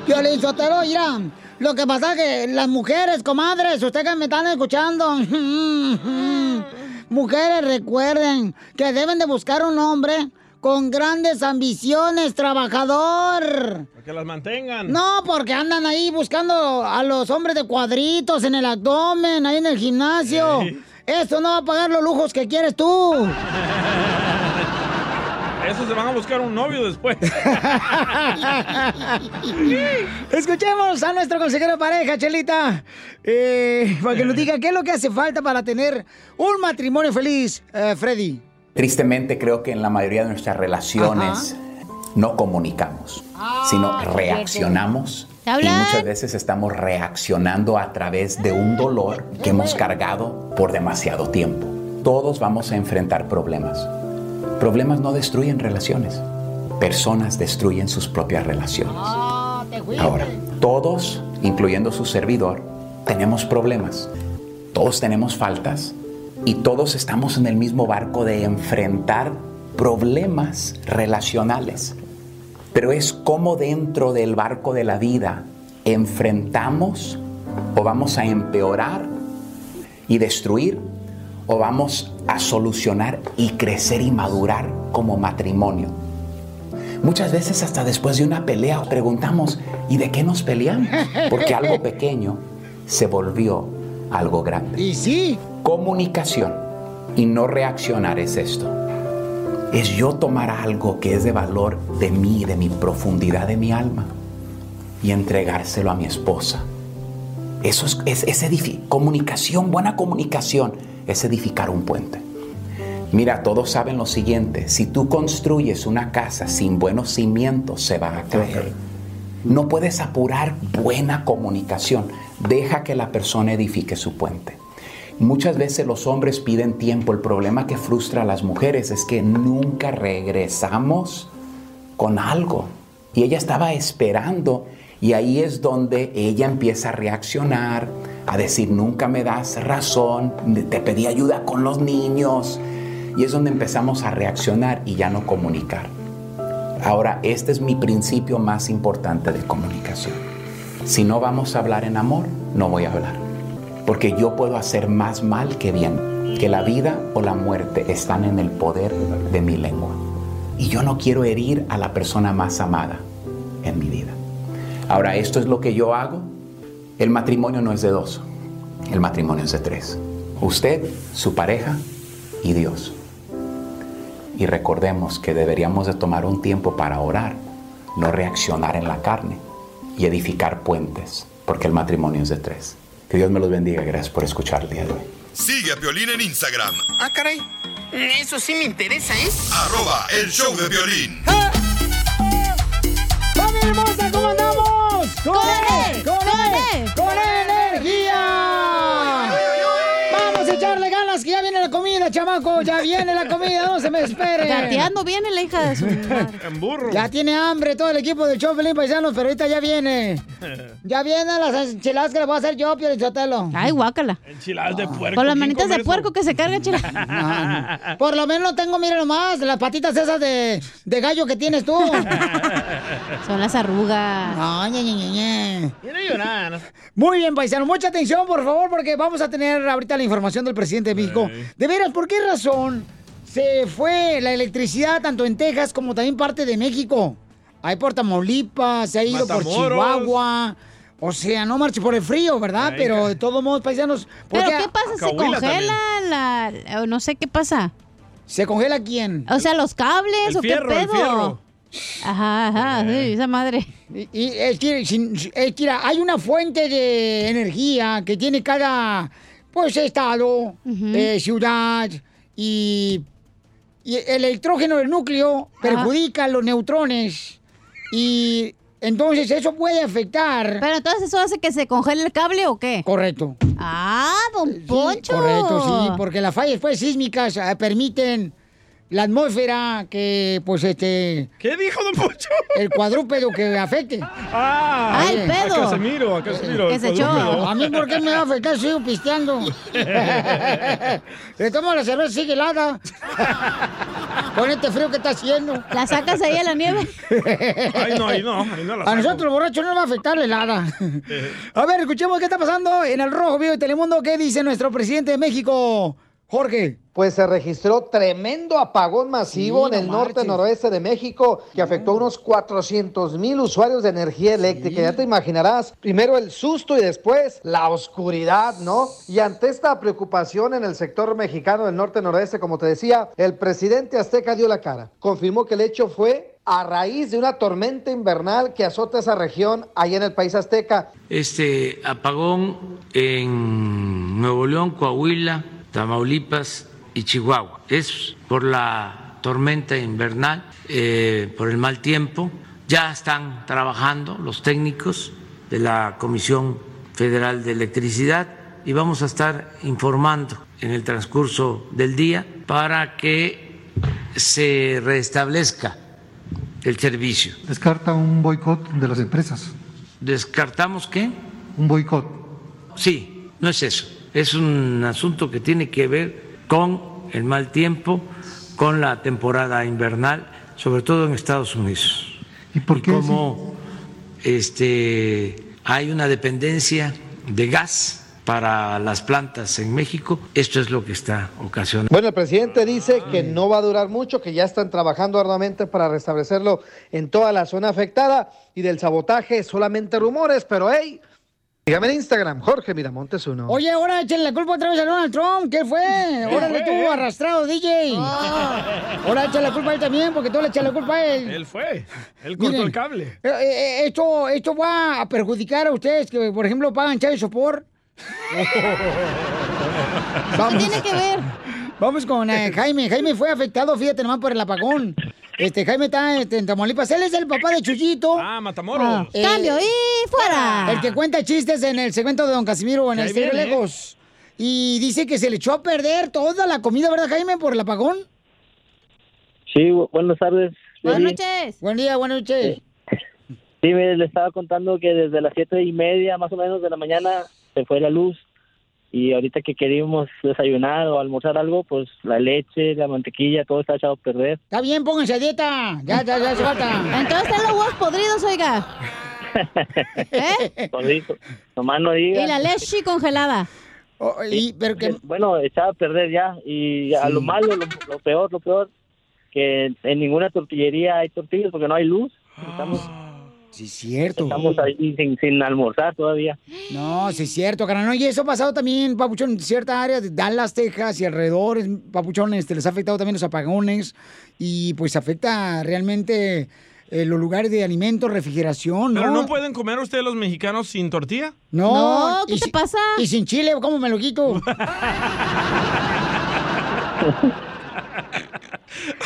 S1: Yo le hizo Tero, mira, lo que pasa es que las mujeres, comadres, ustedes que me están escuchando, mujeres recuerden que deben de buscar un hombre con grandes ambiciones, trabajador.
S4: que las mantengan.
S1: No, porque andan ahí buscando a los hombres de cuadritos en el abdomen, ahí en el gimnasio. Esto no va a pagar los lujos que quieres tú. pues-
S4: Esos se van a buscar un novio después.
S1: Escuchemos a nuestro consejero de pareja, Chelita, eh, para que nos diga qué es lo que hace falta para tener un matrimonio feliz, eh, Freddy.
S20: Tristemente creo que en la mayoría de nuestras relaciones no comunicamos, sino reaccionamos. Y muchas veces estamos reaccionando a través de un dolor que hemos cargado por demasiado tiempo. Todos vamos a enfrentar problemas. Problemas no destruyen relaciones. Personas destruyen sus propias relaciones. Ahora, todos, incluyendo su servidor, tenemos problemas. Todos tenemos faltas y todos estamos en el mismo barco de enfrentar problemas relacionales. Pero es como dentro del barco de la vida enfrentamos o vamos a empeorar y destruir o vamos a solucionar y crecer y madurar como matrimonio. Muchas veces hasta después de una pelea preguntamos, ¿y de qué nos peleamos? Porque algo pequeño se volvió algo grande.
S1: Y sí.
S20: Comunicación y no reaccionar es esto. es yo tomar algo que es de valor de mí, de mi profundidad, de mi alma, y entregárselo a mi esposa. Eso es, es, es edifi- comunicación, buena comunicación, es edificar un puente. Mira, todos saben lo siguiente, si tú construyes una casa sin buenos cimientos, se va a caer. No puedes apurar buena comunicación, deja que la persona edifique su puente. Muchas veces los hombres piden tiempo, el problema que frustra a las mujeres es que nunca regresamos con algo. Y ella estaba esperando y ahí es donde ella empieza a reaccionar, a decir, nunca me das razón, te pedí ayuda con los niños. Y es donde empezamos a reaccionar y ya no comunicar. Ahora, este es mi principio más importante de comunicación. Si no vamos a hablar en amor, no voy a hablar. Porque yo puedo hacer más mal que bien. Que la vida o la muerte están en el poder de mi lengua. Y yo no quiero herir a la persona más amada en mi vida. Ahora, esto es lo que yo hago. El matrimonio no es de dos. El matrimonio es de tres. Usted, su pareja y Dios. Y recordemos que deberíamos de tomar un tiempo para orar, no reaccionar en la carne y edificar puentes, porque el matrimonio es de tres. Que Dios me los bendiga. Gracias por escuchar el día de hoy.
S5: Sigue a Piolín en Instagram,
S22: Ah, caray. Eso sí me interesa, ¿eh?
S5: arroba el show de violín.
S1: ¡Familia hermosa, cómo andamos! ¡Con él! ¡Con él! ¡Con energía! ¡Vamos a echarle ganas que ya viene la comida, chamaco! ¡Ya viene la comida! ¡No se me espere!
S3: Gateando viene la hija de su
S1: En burro. Ya tiene hambre todo el equipo del show, Felipe Paisanos, pero ahorita ya viene. Ya vienen las enchiladas que las voy a hacer yo, Piolín Sotelo.
S3: Ay, guácala.
S4: Enchiladas de puerco.
S3: Con las
S4: ¿quién
S3: manitas
S4: come
S3: de
S4: eso?
S3: puerco que se carga, chela.
S1: Por lo menos tengo, miren nomás, las patitas esas de, de gallo que tienes tú.
S3: Son las arrugas.
S1: Ay, ñe, ñe, ñe, ñe.
S4: Quiero llorar.
S1: Muy bien, paisano. Mucha atención, por favor, porque vamos a tener ahorita la información del presidente de México. De veras, ¿por qué razón se fue la electricidad tanto en Texas como también parte de México? Ahí por Tamaulipas, se ha ido por
S3: Matamoros.
S1: Chihuahua. O sea, no marche por el frío, ¿verdad?
S3: Ay,
S1: Pero
S3: ca-
S1: de todos modos, paisanos. ¿por
S3: ¿Pero
S1: qué-
S3: qué pasa? ¿Se congela la, o No sé qué pasa.
S1: ¿Se congela quién?
S3: O sea, los cables
S1: El
S3: o
S1: fierro,
S3: qué
S1: el
S3: pedo.
S1: fierro. Eh.
S3: Ajá, ajá, sí, esa madre.
S1: Y, y es que, sin- es que, mira, hay una fuente de energía que tiene cada, pues, estado, eh, ciudad, y, y el electrógeno del núcleo perjudica los neutrones, y entonces eso puede afectar...
S3: Pero entonces eso hace que se congele el cable o qué?
S1: Correcto.
S3: Ah, don Poncho.
S1: Correcto, sí, porque las fallas pues, sísmicas eh, permiten la atmósfera que, pues, este...
S4: ¿Qué dijo Don Pocho?
S1: El cuadrúpedo que afecte.
S4: Ah,
S1: Ay,
S4: a
S1: pedo.
S4: Casimiro, a Casimiro. el cuadrúpedo.
S1: A mí, ¿por qué me va a afectar? Sigo pisteando. Le tomo la cerveza, sigue helada. Con este frío que está haciendo.
S3: ¿La sacas ahí a la nieve?
S4: Ay, no, ahí no, ahí no la
S1: A
S4: saco.
S1: nosotros, borracho, no nos va a afectar la helada. A ver, escuchemos qué está pasando en el Rojo Vivo de Telemundo. ¿Qué dice nuestro presidente de México, Jorge?
S6: Pues se registró tremendo apagón masivo
S1: Sí,
S6: en el
S1: no
S6: norte
S1: marches.
S6: noroeste de México que afectó a unos 400 mil usuarios de energía eléctrica. Ya te imaginarás, primero el susto y después la oscuridad, ¿no? Y ante esta preocupación en el sector mexicano del norte noroeste, como te decía, el presidente azteca dio la cara. Confirmó que el hecho fue a raíz de una tormenta invernal que azota esa región allá en el país azteca.
S7: Este apagón en Nuevo León, Coahuila, Tamaulipas y Chihuahua. Es por la tormenta invernal, eh, por el mal tiempo. Ya están trabajando los técnicos de la Comisión Federal de Electricidad y vamos a estar informando en el transcurso del día para que se restablezca el servicio.
S23: Descarta un boicot de las empresas.
S7: ¿Descartamos qué?
S23: Un boicot.
S7: Sí, no es eso. Es un asunto que tiene que ver con el mal tiempo, con la temporada invernal, sobre todo en Estados Unidos. ¿Y por qué? como este, hay una dependencia de gas para las plantas en México, esto es lo que está ocasionando.
S6: Bueno, el presidente dice que no va a durar mucho, que ya están trabajando arduamente para restablecerlo en toda la zona afectada y del sabotaje solamente rumores, pero hey,
S11: Dígame en Instagram, Jorge Miramontes uno.
S1: Oye, ahora échale la culpa otra vez a Donald Trump. ¿Qué fue? Órale
S11: fue,
S1: tú,
S11: eh?
S1: arrastrado, DJ.
S4: Ah.
S1: Ahora échale la culpa a él también, porque tú le echas la culpa a él.
S4: Él fue. Él cortó
S1: Miren,
S4: el cable.
S1: eh, eh, esto, esto va a perjudicar a ustedes que, por ejemplo, pagan Chávez Sopor.
S2: tiene que ver?
S1: Vamos con eh, Jaime. Jaime fue afectado, fíjate nomás, por el apagón. Este, Jaime está este, en Tamaulipas. Él es el papá de Chuyito. Ah,
S4: Matamoros.
S3: Cambio y fuera.
S1: El que cuenta chistes en el segmento de Don Casimiro en
S3: Ahí
S1: el Estéreo
S3: viene, ¿eh?
S1: Lejos. Y dice que se le echó a perder toda la comida, ¿verdad, Jaime? Por el apagón.
S12: Sí, bu- buenas tardes. Piolín.
S1: noches. Buen día, buenas noches.
S12: Sí, mire, le estaba contando que desde las siete y media, más o menos, de la mañana se fue la luz. Y ahorita que queríamos desayunar o almorzar algo, pues la leche, la mantequilla, todo está echado a perder.
S1: Está bien, pónganse a dieta. Ya, ya, ya, se falta.
S3: Entonces están los huevos podridos, oiga.
S12: Solito. Pues Nomás no
S3: Y
S12: diga.
S3: la leche congelada.
S12: Sí. Eh, Bueno, echaba a perder ya. Y a lo malo, lo, lo peor, lo peor, que en ninguna tortillería hay tortillas porque no hay luz. Estamos,
S1: Ah, sí, cierto.
S12: Estamos ahí sin, sin almorzar todavía.
S1: No, sí es cierto, carnal. No, Y eso ha pasado también, Papuchón, en cierta área de Dallas, Texas y alrededores, Papuchón, este, les ha afectado también los apagones y pues afecta realmente eh, los lugares de alimentos, refrigeración, ¿no?
S4: ¿Pero no pueden comer ustedes los mexicanos sin tortilla?
S1: No,
S4: ¿qué
S1: y
S4: te
S1: si- Y sin chile, ¿cómo me lo quito?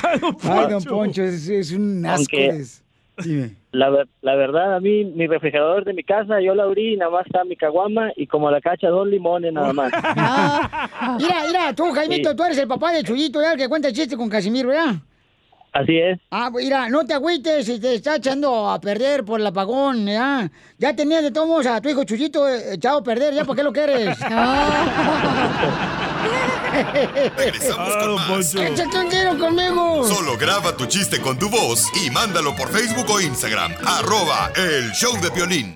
S1: Ay, don Poncho, es, es un asco.
S12: Aunque-
S1: es. Dime.
S12: La, ver- la verdad, a mí, mi refrigerador de mi casa, yo la abrí y nada más está mi caguama y como la cacha, dos limones nada más.
S8: Ah,
S1: Mira, mira, tú, Jaimito,
S12: Sí.
S1: tú eres el papá de Chuyito, ¿verdad? El que cuenta chiste con Casimiro, ¿verdad?
S12: Así es.
S1: Ah, pues, mira, no te agüites si te está echando a perder por el apagón, ¿ya? Ya tenías de todos modos a tu hijo Chuyito eh, echado a perder, ¿ya? ¿Para qué lo quieres?
S5: Regresamos
S1: Ah,
S5: con más.
S1: ¡Échate un tiro conmigo!
S5: Solo graba tu chiste con tu voz y mándalo por Facebook o Instagram. Arroba el show de violín.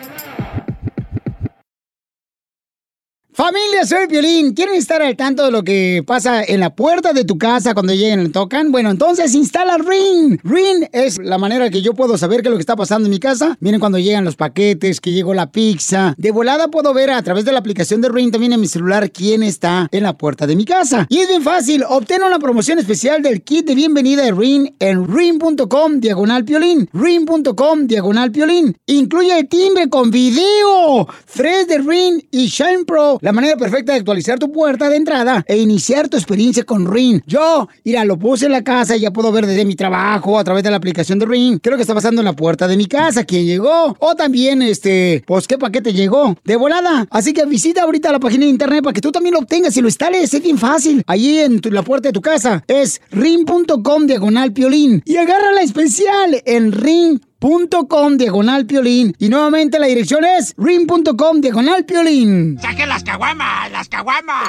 S1: Familia, soy Violín. ¿Quieren estar al tanto de lo que pasa en la puerta de tu casa cuando lleguen y tocan? Bueno, entonces instala Ring. Ring es la manera que yo puedo saber qué es lo que está pasando en mi casa. Miren cuando llegan los paquetes, que llegó la pizza. De volada puedo ver a través de la aplicación de Ring también en mi celular quién está en la puerta de mi casa. Y es bien fácil. Obtén una promoción especial del kit de bienvenida de Ring en ring.com diagonal piolín. Ring.com diagonal piolín. Incluye el timbre con video. 3 de Ring y Shine Pro. La manera perfecta de actualizar tu puerta de entrada e iniciar tu experiencia con Ring. Yo, mira, lo puse en la casa y ya puedo ver desde mi trabajo a través de la aplicación de Ring. Creo que está pasando en la puerta de mi casa. ¿Quién llegó? O también, este, pues qué paquete llegó. De volada. Así que visita ahorita la página de internet para que tú también lo obtengas y lo instales. Es bien fácil. Allí en tu- la puerta de tu casa. Es ring.com diagonal piolín. Y agarra la especial en ring.com diagonal piolín y nuevamente la dirección es ring.com diagonal piolín
S2: ¡Saque las caguamas! ¡Las caguamas!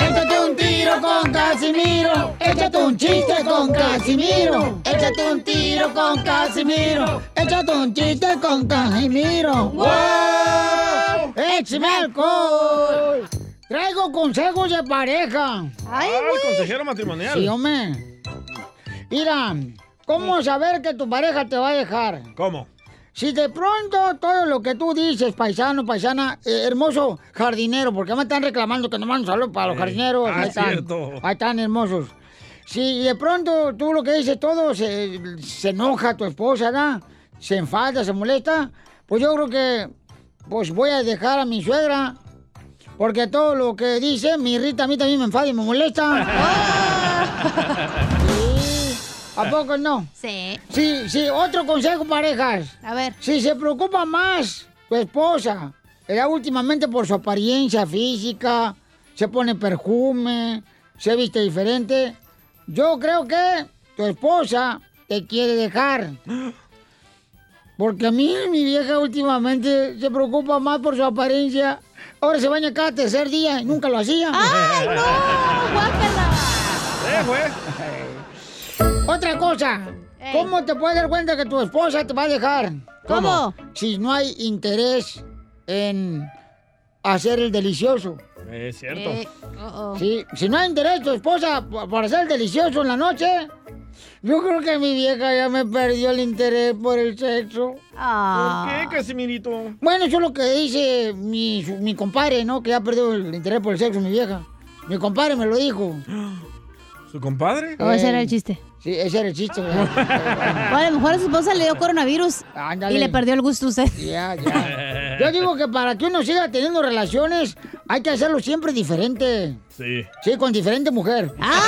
S1: Échate un tiro con Casimiro. Échate un chiste con Casimiro. Échate un tiro con Casimiro. Échate un chiste con Casimiro. ¡Wow! ¡Échame alcohol! Traigo consejos de pareja. ¡Ay,
S4: Ah, el consejero matrimonial.
S1: Sí, hombre. Mira, ¿cómo saber que tu pareja te va a dejar?
S4: ¿Cómo?
S1: Si de pronto todo lo que tú dices, paisano, paisana, eh, hermoso jardinero, porque me están reclamando que no mandan saludos para los jardineros.
S2: ah,
S1: ahí están,
S2: cierto.
S1: ahí están hermosos. Si de pronto tú lo que dices todo se, se enoja tu esposa, ¿verdad? Se enfada, se molesta, pues yo creo que pues voy a dejar a mi suegra. Porque todo lo que dice me irrita, a mí también me enfada y me molesta. Sí. ¿A poco no?
S3: Sí.
S1: Sí, sí, otro consejo, parejas. A ver. Si se preocupa más tu esposa, era últimamente por su apariencia física, se pone perfume, se viste diferente. Yo creo que tu esposa te quiere dejar. Porque a mí, mi vieja últimamente se preocupa más por su apariencia. Ahora se baña cada tercer día y nunca lo hacía.
S2: ¡Ay, no!
S1: ¡Guácala!
S2: Eh, güey.
S1: Otra cosa, ¿cómo te puedes dar cuenta que tu esposa te va a dejar?
S3: ¿Cómo?
S1: Si no hay interés en hacer el delicioso.
S4: Es cierto.
S1: Eh,
S4: Oh.
S1: Sí, si no hay interés tu esposa pa- para hacer el delicioso en la noche, yo creo que mi vieja ya me perdió el interés por el sexo.
S4: ¿Por qué, Casimirito?
S1: Bueno, eso es lo que dice mi, su- mi compadre, ¿no? Que ya perdió el interés por el sexo, mi vieja. Mi compadre me lo dijo.
S4: Ah. ¿Su compadre?
S3: O ese era el chiste.
S1: Eh, Sí, ese era el chiste. ¿verdad?
S3: O a lo mejor a su esposa le dio coronavirus
S1: Ándale.
S3: y le perdió el gusto a usted.
S1: Ya, ya. Yo digo que para que uno siga teniendo relaciones, hay que hacerlo siempre diferente.
S4: Sí.
S1: Sí, con diferente mujer.
S3: Ah,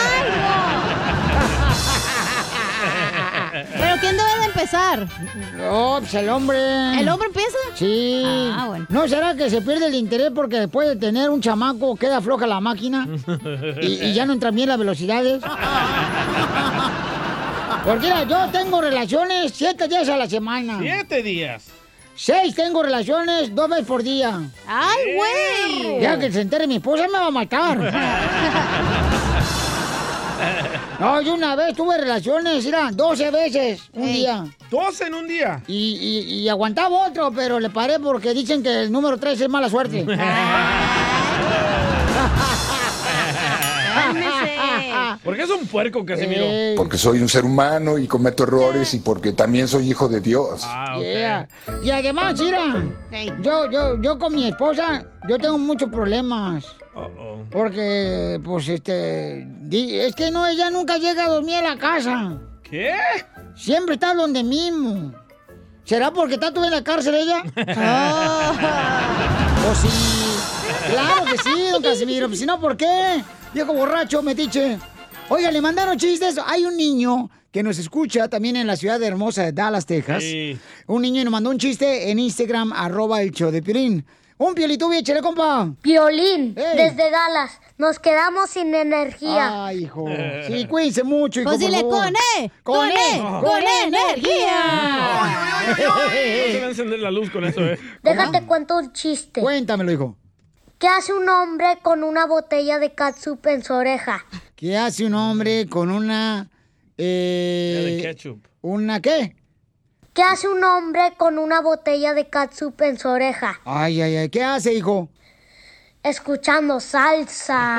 S3: ¿Pero quién debe de empezar?
S1: No, pues el hombre.
S3: ¿El hombre empieza?
S1: Sí.
S3: Ah, bueno.
S1: ¿No será que se pierde el interés porque después de tener un chamaco queda floja la máquina? Y, y ya no entran bien las velocidades. Porque mira, yo tengo relaciones siete días a la semana.
S4: Siete días.
S1: Seis tengo relaciones dos veces por día.
S3: ¡Ay, güey!
S1: Ya que se entere mi esposa me va a matar. No, yo una vez tuve relaciones, mira, 12 veces un día.
S4: ¿12 en un día?
S1: Y, y- y aguantaba otro, pero le paré porque dicen que el número 3 es mala suerte.
S4: Ah. ¿Por qué es un puerco,
S3: Eh.
S4: Casimiro?
S13: Porque soy un ser humano y cometo errores y porque también soy hijo de Dios.
S1: Yeah. Ah, Y además, mira, yo, yo, yo con mi esposa, yo tengo muchos problemas. Porque, pues, este, di- es que no, ella nunca llega a dormir a la casa.
S4: ¿Qué?
S1: Siempre está donde mismo. ¿Será porque está tú en la cárcel ella? ¿O sí? Claro que sí, don Casimiro. Pues, Si no, ¿por qué? Viejo borracho, metiche. Oiga, le mandaron chistes. Hay un niño que nos escucha también en la ciudad hermosa de Dallas, Texas.
S2: Sí.
S1: Un niño nos mandó un chiste en Instagram, arroba el show de Piolín. Un piolitubio, échale, compa.
S14: Piolín,
S1: Ey.
S14: desde Dallas, nos quedamos sin energía.
S1: Ay, hijo. Sí, cuídense mucho, hijo,
S14: Pues
S1: por
S14: dile,
S1: favor.
S14: con E, con E, con E, energía.
S4: No se va a encender la luz con eso, ¿eh?
S14: Déjate cuento un chiste.
S1: Cuéntamelo, hijo.
S14: ¿Qué hace un hombre con una botella de catsup en su oreja?
S1: ¿Qué hace un hombre con una... Eh,
S4: ketchup.
S1: ¿Una qué?
S14: ¿Qué hace un hombre con una botella de catsup en su oreja?
S1: Ay, ay, ay. ¿Qué hace, hijo?
S14: Escuchando salsa.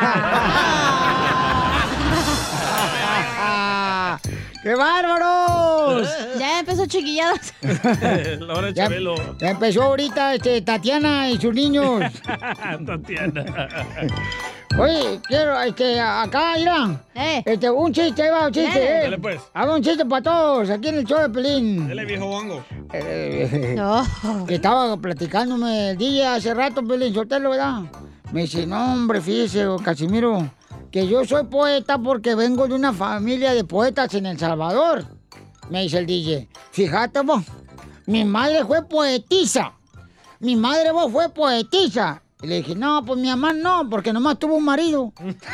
S1: Ah, ¡Qué bárbaros!
S3: Ya empezó chiquilladas.
S4: Laura
S1: Ya,
S4: Chabelo.
S1: ya empezó ahorita este, Tatiana y sus niños.
S4: Tatiana.
S1: Oye, quiero, este, acá, mira.
S3: Eh.
S1: Este, un chiste, ahí va un chiste,
S4: Dale.
S1: eh.
S4: Dale, pues.
S1: Haga un chiste para todos, aquí en el show de Pelín.
S4: Dale, viejo bongo.
S1: Eh, Que Estaba platicándome el día hace rato, Pelín, soltelo, ¿verdad? Me dice, no, hombre, fíjese, don Casimiro, que yo soy poeta porque vengo de una familia de poetas en El Salvador. Me dice el DJ, fíjate vos, mi madre fue poetisa. Mi madre vos fue poetisa. Y le dije, no, pues mi mamá no, porque nomás tuvo un marido.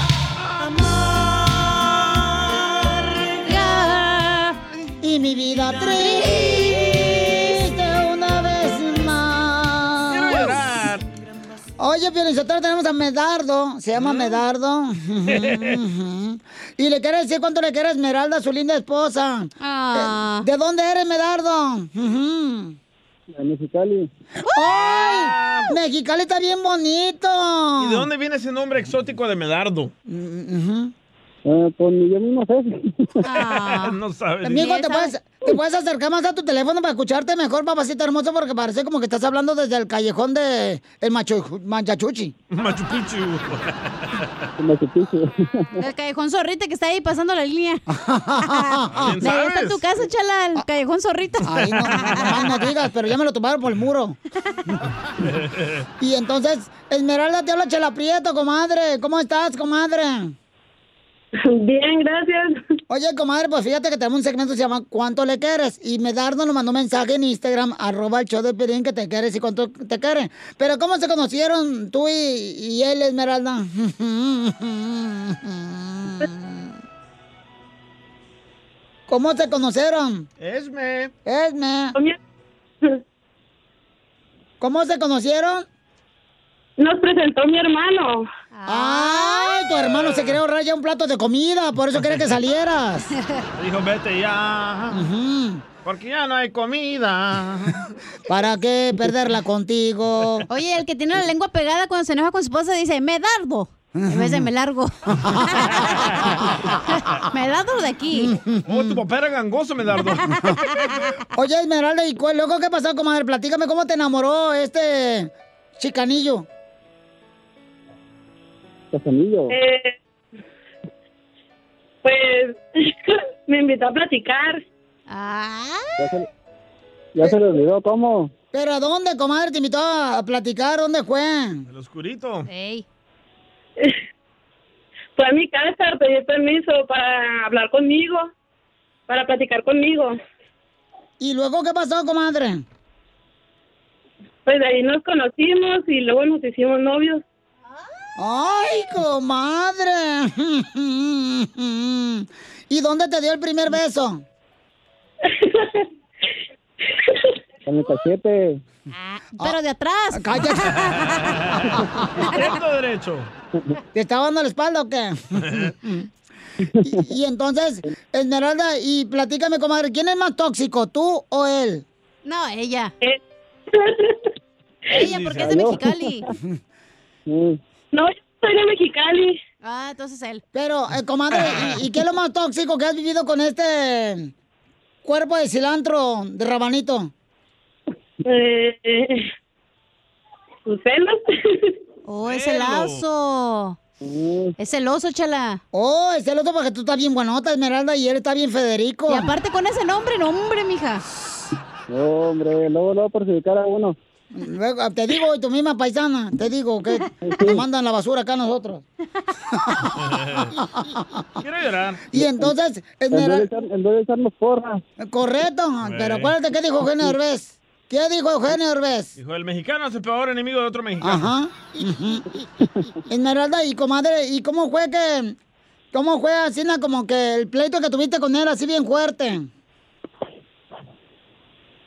S1: Y mi vida triste una vez más. Oye, Piolinchotero, tenemos a Medardo. Se
S4: Mm.
S1: llama Medardo. Ujú. y le quiere decir cuánto le quiere a Esmeralda, su linda esposa.
S3: Ah.
S1: Eh, ¿De dónde eres, Medardo? Ujú.
S8: En Mexicali.
S1: ¡Ay! Mexicali está bien bonito.
S4: Ah. ¿Y de dónde viene ese nombre exótico de Medardo?
S3: Mm,
S8: Eh, pues ni yo mismo sé.
S4: no sabes.
S1: Amigo, ¿te puedes, te puedes acercar más a tu teléfono para escucharte mejor, papacito hermoso, porque parece como que estás hablando desde el callejón de el macho, Manchachuchi.
S4: Machu Picchu.
S3: El callejón zorrita que está ahí pasando la línea.
S1: ¿Alguien
S3: Me gusta
S1: sabes?
S3: tu casa, chala, el callejón zorrita.
S1: Ay, no, nomás no digas, pero ya me lo tomaron por el muro. Y entonces, Esmeralda te habla Chela Prieto, comadre. ¿Cómo estás, comadre? Bien, gracias. Oye, comadre, pues fíjate que tenemos un segmento que se llama ¿Cuánto le quieres? Y Medardo nos mandó un mensaje en Instagram, arroba el show de Piolín, que te quieres y cuánto te quieren. Pero ¿cómo se conocieron tú y, y él, Esmeralda? ¿Cómo se conocieron?
S4: Esme.
S1: Esme. ¿Cómo se conocieron?
S8: Nos presentó mi hermano.
S1: Ay, tu hermano se quería ahorrar ya un plato de comida, por eso quería que salieras.
S4: Dijo, vete ya. Porque ya no hay comida.
S1: ¿Para qué perderla contigo?
S3: Oye, el que tiene la lengua pegada cuando se enoja con su esposa dice, me dardo. En vez de me largo. me dardo de aquí.
S4: Oh, tu papá era gangoso, Medardo.
S1: Oye, Esmeralda, ¿y cu- luego qué pasó, comadre? Platícame cómo te enamoró este chicanillo.
S8: Casanillo.
S19: Eh, pues me invitó a platicar.
S1: Ah.
S8: Ya se, ya se le olvidó cómo.
S1: ¿Pero a dónde, comadre? Te invitó a a platicar, ¿dónde fue?
S4: El oscurito.
S19: Fue a mi casa a pedir permiso para hablar conmigo, para platicar conmigo.
S1: ¿Y luego qué pasó, comadre?
S19: Pues de ahí nos conocimos y luego nos hicimos novios.
S1: ¡Ay, comadre! ¿Y dónde te dio el primer beso?
S8: Con el cachete.
S3: Pero de atrás.
S1: Ah, ¡Cállate!
S4: Izquierdo, derecho.
S1: ¿Te estaba dando la espalda o qué? y, y entonces, Esmeralda, y platícame, comadre, ¿quién es más tóxico, tú o él?
S3: No, ella.
S19: Eh,
S8: Ella,
S3: porque es de Mexicali.
S1: No, yo soy de Mexicali.
S3: Ah, entonces él.
S1: Pero, eh, comadre, ¿y, y qué es lo más tóxico que has vivido con este cuerpo de cilantro de rabanito?
S19: Eh, sus celos.
S3: Oh, es el oso. Es el oso, chala.
S1: Oh, es el otro porque tú estás bien buenota, Esmeralda, y él está bien Federico.
S3: Y aparte con ese nombre, no, hombre, mija.
S8: No, hombre, luego luego perjudicar a uno.
S1: Luego, Te digo, y tu misma paisana, te digo que nos mandan la basura acá a nosotros.
S4: Quiero llorar.
S1: Y entonces,
S8: En vez de
S1: Esmeralda...
S8: echar- en vez de echarnos porra.
S1: Correcto, pero acuérdate qué dijo Eugenio Herbes. ¿Qué dijo Eugenio Herbes?
S4: Dijo, el mexicano es el peor enemigo de otro mexicano.
S1: Ajá. Esmeralda, y comadre, ¿y cómo fue que... ¿Cómo fue así, na, como que el pleito que tuviste con él así bien fuerte?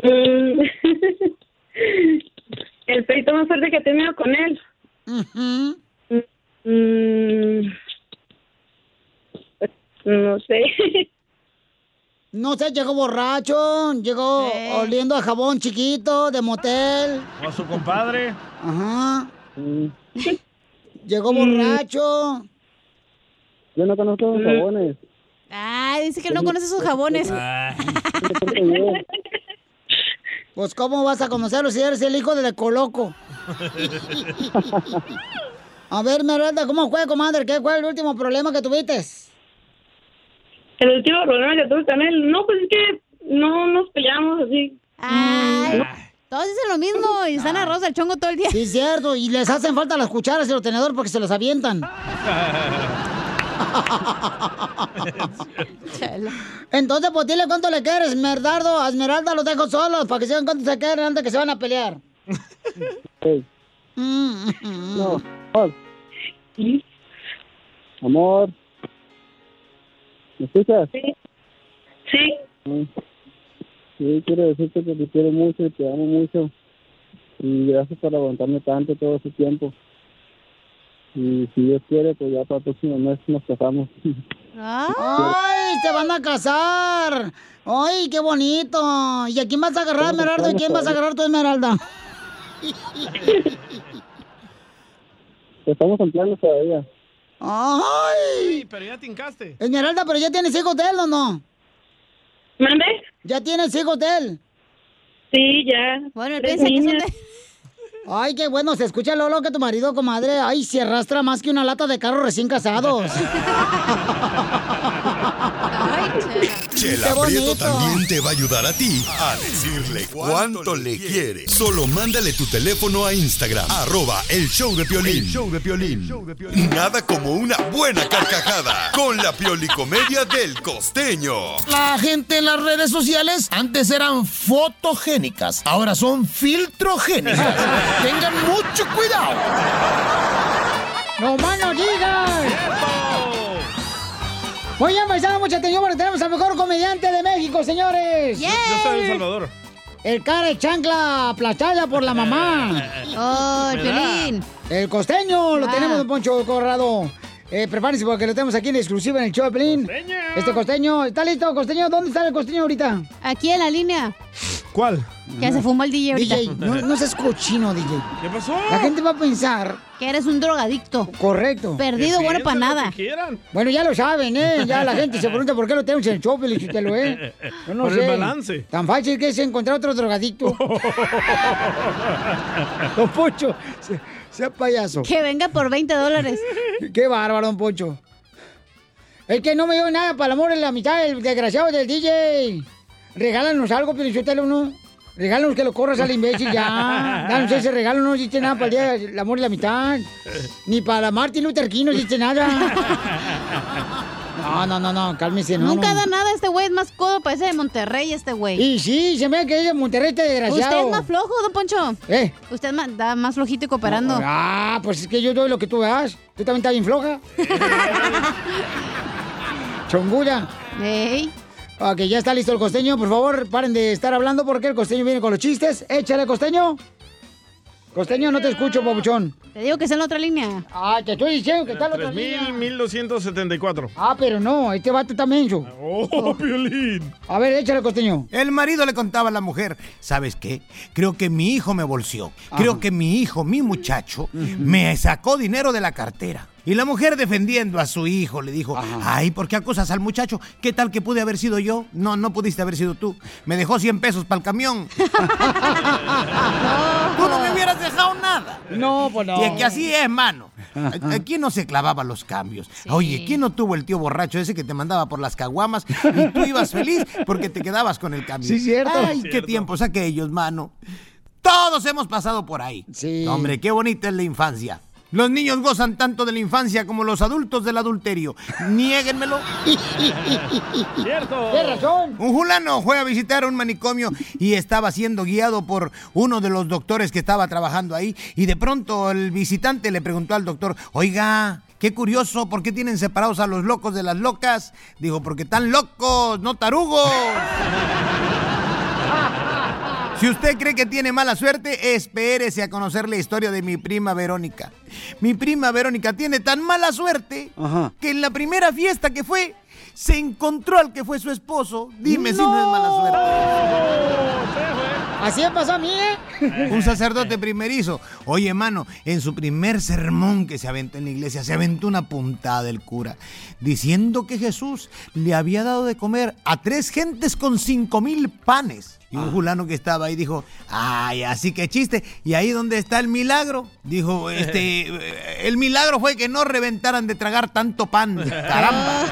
S19: Mm.
S8: Eh,
S19: el peito más fuerte que he tenido con él. Mm. No sé.
S1: No sé, llegó borracho, llegó oliendo a jabón chiquito de motel.
S4: O a su compadre.
S1: Ajá. Llegó
S19: Mm.
S1: borracho.
S8: Yo no conozco los
S1: Mm.
S8: jabones.
S3: Ah, dice que no conoce sus jabones.
S1: Pues, ¿cómo vas a conocerlo si eres el hijo de Coloco? A ver, Esmeralda, ¿cómo fue, comadre? ¿Qué fue el último problema que tuviste?
S19: El último problema que tuve con él, no, pues es que no nos peleamos así.
S3: Todos dicen lo mismo y están arroz del chongo todo el día.
S1: Sí, es cierto. Y les hacen falta las cucharas y el tenedor porque se los avientan. Entonces, pues dile cuánto le quieres, Merdardo. A Esmeralda los dejo solos para que sepan cuánto se quieren antes que se van a pelear.
S8: Ey,
S1: Mm, mm, mm.
S8: No, amor. Amor. ¿Me escuchas?
S19: Sí.
S8: Mm. Sí, quiero decirte que te quiero mucho y te amo mucho. Y gracias por aguantarme tanto todo ese tiempo. Y si Dios quiere, pues ya para el próximo mes nos casamos.
S1: ¡Ay, se van a casar! ¡Ay, qué bonito! ¿Y a quién vas a agarrar, Esmeralda? ¿Y quién vas a agarrar tu Esmeralda?
S8: Estamos en planes todavía.
S1: ¡Ay!
S4: Sí, pero ya te hincaste.
S1: Esmeralda, ¿pero ya tienes hijos de él o no?
S19: ¿Mande?
S1: ¿Ya tienes hijos de él?
S19: Sí, ya.
S3: Bueno,
S1: él
S3: Tres piensa que son niñas.
S1: Ay, qué bueno, se escucha Lolo que tu marido, comadre, ay, se arrastra más que una lata de carros recién casados.
S5: Chela
S2: Qué
S5: Prieto
S2: bonito.
S5: también te va a ayudar a ti a decirle cuánto le quiere. Solo mándale tu teléfono a Instagram, arroba el show de Piolín. Nada como una buena carcajada con la piolicomedia del costeño.
S16: La gente en las redes sociales antes eran fotogénicas, ahora son filtrogénicas. Tengan mucho cuidado.
S1: ¡No más no digas! Oigan, paisanos, mucha atención porque tenemos al mejor comediante de México, señores.
S4: Yo soy El Salvador.
S1: El cara de chancla aplastada por la mamá.
S3: Oh, el Piolín.
S1: El costeño, lo
S3: Ah.
S1: tenemos, don Poncho Corrado. Eh, prepárense porque lo tenemos aquí en exclusiva en el show de Pelín. Este costeño, ¿está listo, costeño? ¿Dónde está el costeño ahorita?
S3: Aquí en la línea.
S4: ¿Cuál?
S3: Que se fumó el DJ ahorita.
S1: DJ, no, no seas cochino, DJ.
S4: ¿Qué pasó?
S1: La gente va a pensar...
S3: Que eres un drogadicto.
S1: Correcto.
S3: Perdido, bueno, para nada.
S1: Bueno, ya lo saben, ¿eh? Ya la gente se pregunta por qué lo tenemos en el show, lo ¿eh? Yo no
S2: Por el
S1: sé.
S2: balance.
S1: Tan fácil que es encontrar otro drogadicto. Don Pocho, se- sea payaso.
S3: Que venga por 20 dólares.
S1: Qué bárbaro, Don Pocho. Es que no me dio nada para el amor en la mitad del desgraciado del DJ. Regálanos algo, Pelichotelo, ¿no? Regálanos que lo corras al imbécil ya. Danos ese regalo, no hiciste nada para el día del amor en la mitad. Ni para Martin Luther King no hiciste nada. No, no, no, no, cálmese, no.
S3: Nunca
S1: no.
S3: da nada este güey, es más codo, parece de Monterrey este güey.
S1: Y sí, se me que es de Monterrey este
S3: Usted
S1: desgraciado.
S3: es más flojo, don Poncho.
S1: ¿Eh?
S3: Usted es más- da más flojito y cooperando.
S1: Ah, pues es que yo doy lo que tú das. Tú también estás bien floja. Chongulla.
S3: Ey.
S1: Ok, ya está listo el costeño. Por favor, paren de estar hablando porque el costeño viene con los chistes. Échale, costeño. Costeño, no te escucho, papuchón.
S3: Te digo que está en la otra línea.
S1: Ah, te estoy diciendo que está en la otra línea.
S4: 3.274.
S1: Ah, pero no, este vato está menso.
S4: Oh, Piolín.
S1: A ver, échale, costeño.
S16: El marido le contaba a la mujer, ¿sabes qué? Creo que mi hijo me bolseó. Creo
S1: Ah.
S16: que mi hijo, mi muchacho, me sacó dinero de la cartera. Y la mujer defendiendo a su hijo le dijo, ay, ¿por qué acusas al muchacho? ¿Qué tal que pude haber sido yo? No, no pudiste haber sido tú. Me dejó 100 pesos para el camión. Tú no me hubieras dejado nada.
S1: No, pues no.
S16: Y es que así es, mano. ¿A- a ¿Quién no se clavaba los cambios? Oye, ¿quién no tuvo el tío borracho ese que te mandaba por las caguamas y tú ibas feliz porque te quedabas con el cambio?
S1: Sí, cierto.
S16: Ay, qué
S1: Cierto.
S16: tiempos aquellos, mano. Todos hemos pasado por ahí.
S1: Sí.
S16: Hombre, qué bonita es la infancia. Los niños gozan tanto de la infancia como los adultos del adulterio. Niéguenmelo.
S4: Cierto.
S16: Tienes razón. Un fulano fue a visitar un manicomio y estaba siendo guiado por uno de los doctores que estaba trabajando ahí. Y de pronto el visitante le preguntó al doctor, oiga, qué curioso, ¿por qué tienen separados a los locos de las locas? Dijo, porque están locos, no tarugos. Si usted cree que tiene mala suerte, espérese a conocer la historia de mi prima Verónica. Mi prima Verónica tiene tan mala suerte que en la primera fiesta que fue, se encontró al que fue su esposo. Dime si no es mala suerte.
S1: Así me pasó a mí, ¿eh?
S16: Un sacerdote primerizo. Oye, hermano, en su primer sermón que se aventó en la iglesia, se aventó una puntada del cura, diciendo que Jesús le había dado de comer a tres gentes con cinco mil panes. Y un fulano que estaba ahí dijo, ay, así que chiste. ¿Y ahí donde está el milagro? Dijo, este, eh, el milagro fue que no reventaran de tragar tanto pan. Caramba.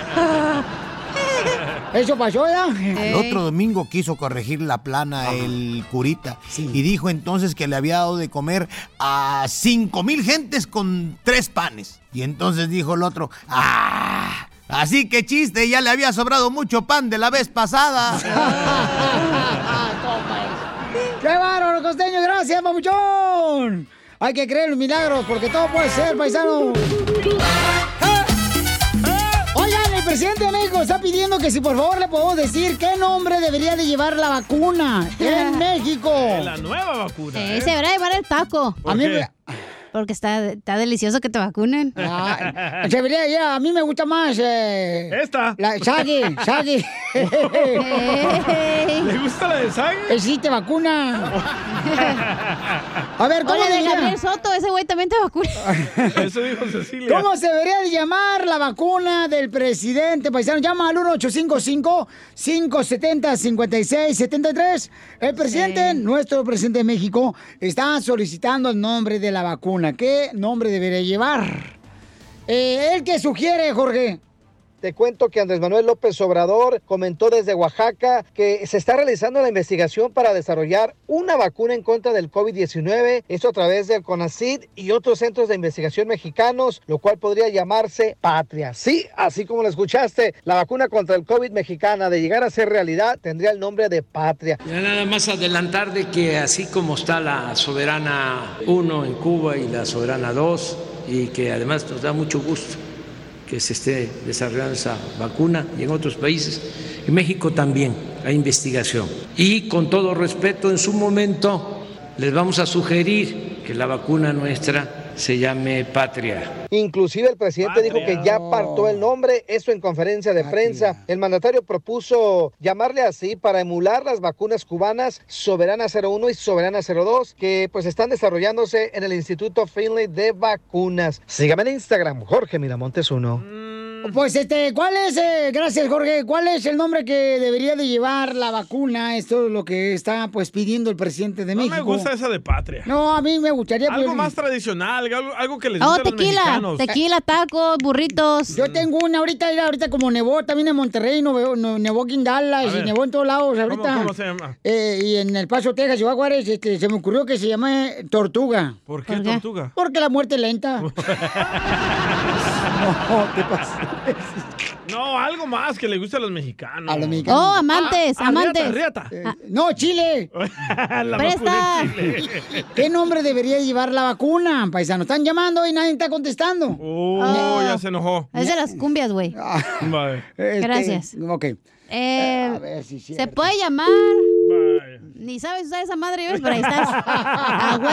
S1: Eso pasó, ¿ya?
S16: El otro domingo quiso corregir la plana el curita y dijo entonces que le había dado de comer a cinco mil gentes con tres panes. Y entonces dijo el otro, ¡ah! Así que chiste, ya le había sobrado mucho pan de la vez pasada.
S1: ¡Qué bárbaro, costeño! ¡Gracias, papuchón! Hay que creer en los milagros porque todo puede ser, paisano. Oigan, el presidente de México está pidiendo que si por favor le podemos decir qué nombre debería de llevar la vacuna en México.
S4: La nueva vacuna.
S19: ¿eh?
S3: Eh, se deberá llevar el taco.
S1: A mí me-
S3: Porque está, está delicioso que te vacunen.
S1: Ah, debería, ya, a mí me gusta más. eh, La Shaggy, Shaggy.
S3: Eh,
S2: ¿Le
S1: gusta la de Shaggy? Sí, te vacuna. A ver, ¿cómo
S3: Hola, de
S1: diría?
S3: Gabriel Soto, ese güey también te vacuna.
S4: Eso dijo Cecilia.
S1: ¿Cómo se debería de llamar la vacuna del presidente paisano? Llama al 1-855-570-5673. El presidente, nuestro presidente de México, está solicitando el nombre de la vacuna. ¿Qué nombre debería llevar? Eh, ¿El que sugiere, Jorge?
S6: Te cuento que Andrés Manuel López Obrador comentó desde Oaxaca que se está realizando la investigación para desarrollar una vacuna en contra del COVID-19, esto a través del CONACID y otros centros de investigación mexicanos, lo cual podría llamarse Patria. Sí, así como lo escuchaste, la vacuna contra el COVID mexicana de llegar a ser realidad tendría el nombre de Patria.
S7: Ya nada más adelantar de que así como está la Soberana 1 en Cuba y la Soberana 2, y que además nos da mucho gusto que se esté desarrollando esa vacuna y en otros países, en México también hay investigación. Y con todo respeto, en su momento les vamos a sugerir que la vacuna nuestra se llame Patria.
S6: Inclusive el presidente dijo que ya apartó el nombre, eso en conferencia de prensa. El mandatario propuso llamarle así para emular las vacunas cubanas Soberana 01 y Soberana 02 que pues están desarrollándose en el Instituto Finley de Vacunas. Sígame en Instagram, Jorge Miramontes 1.
S1: Pues este, ¿cuál es, eh, gracias Jorge, cuál es el nombre que debería de llevar la vacuna? Esto es lo que está pues pidiendo el presidente de
S4: No
S1: México.
S4: me gusta esa de patria.
S1: No, a mí me gustaría... pues,
S4: Algo
S1: Piolín.
S4: más tradicional, algo, algo que les
S3: Oh,
S4: guste a los
S3: pues, tequila,
S4: mexicanos.
S3: tequila, tacos, burritos.
S1: Yo tengo una ahorita, mira, ahorita como nevó también en Monterrey, no veo- no- nevó aquí en
S4: A
S1: Dallas y
S4: ver.
S1: nevó en todos lados ahorita.
S4: cómo se llama?
S1: Eh, y en El Paso, Texas, Ciudad Juárez, este, se me ocurrió que se llama Tortuga.
S4: ¿Por qué tortuga?
S1: Porque la muerte es lenta. no, ¿qué pasa?
S4: No, algo más que le guste a los mexicanos. Ah,
S1: A los mexicanos. Oh, amantes, amantes.
S4: Riata,
S3: Ah,
S4: riata.
S1: No, Chile.
S4: La
S1: Presta.
S4: vacuna en Chile.
S1: ¿Qué nombre debería llevar la vacuna, paisano? Están llamando y nadie está contestando. Ah,
S4: Oh, ya se enojó.
S3: Es de las cumbias, güey.
S4: Vale.
S1: Este,
S3: Gracias.
S1: Ok.
S3: Eh, se puede llamar. Ni sabes usar esa madre, ¿ves? Pero ahí Ah, estás.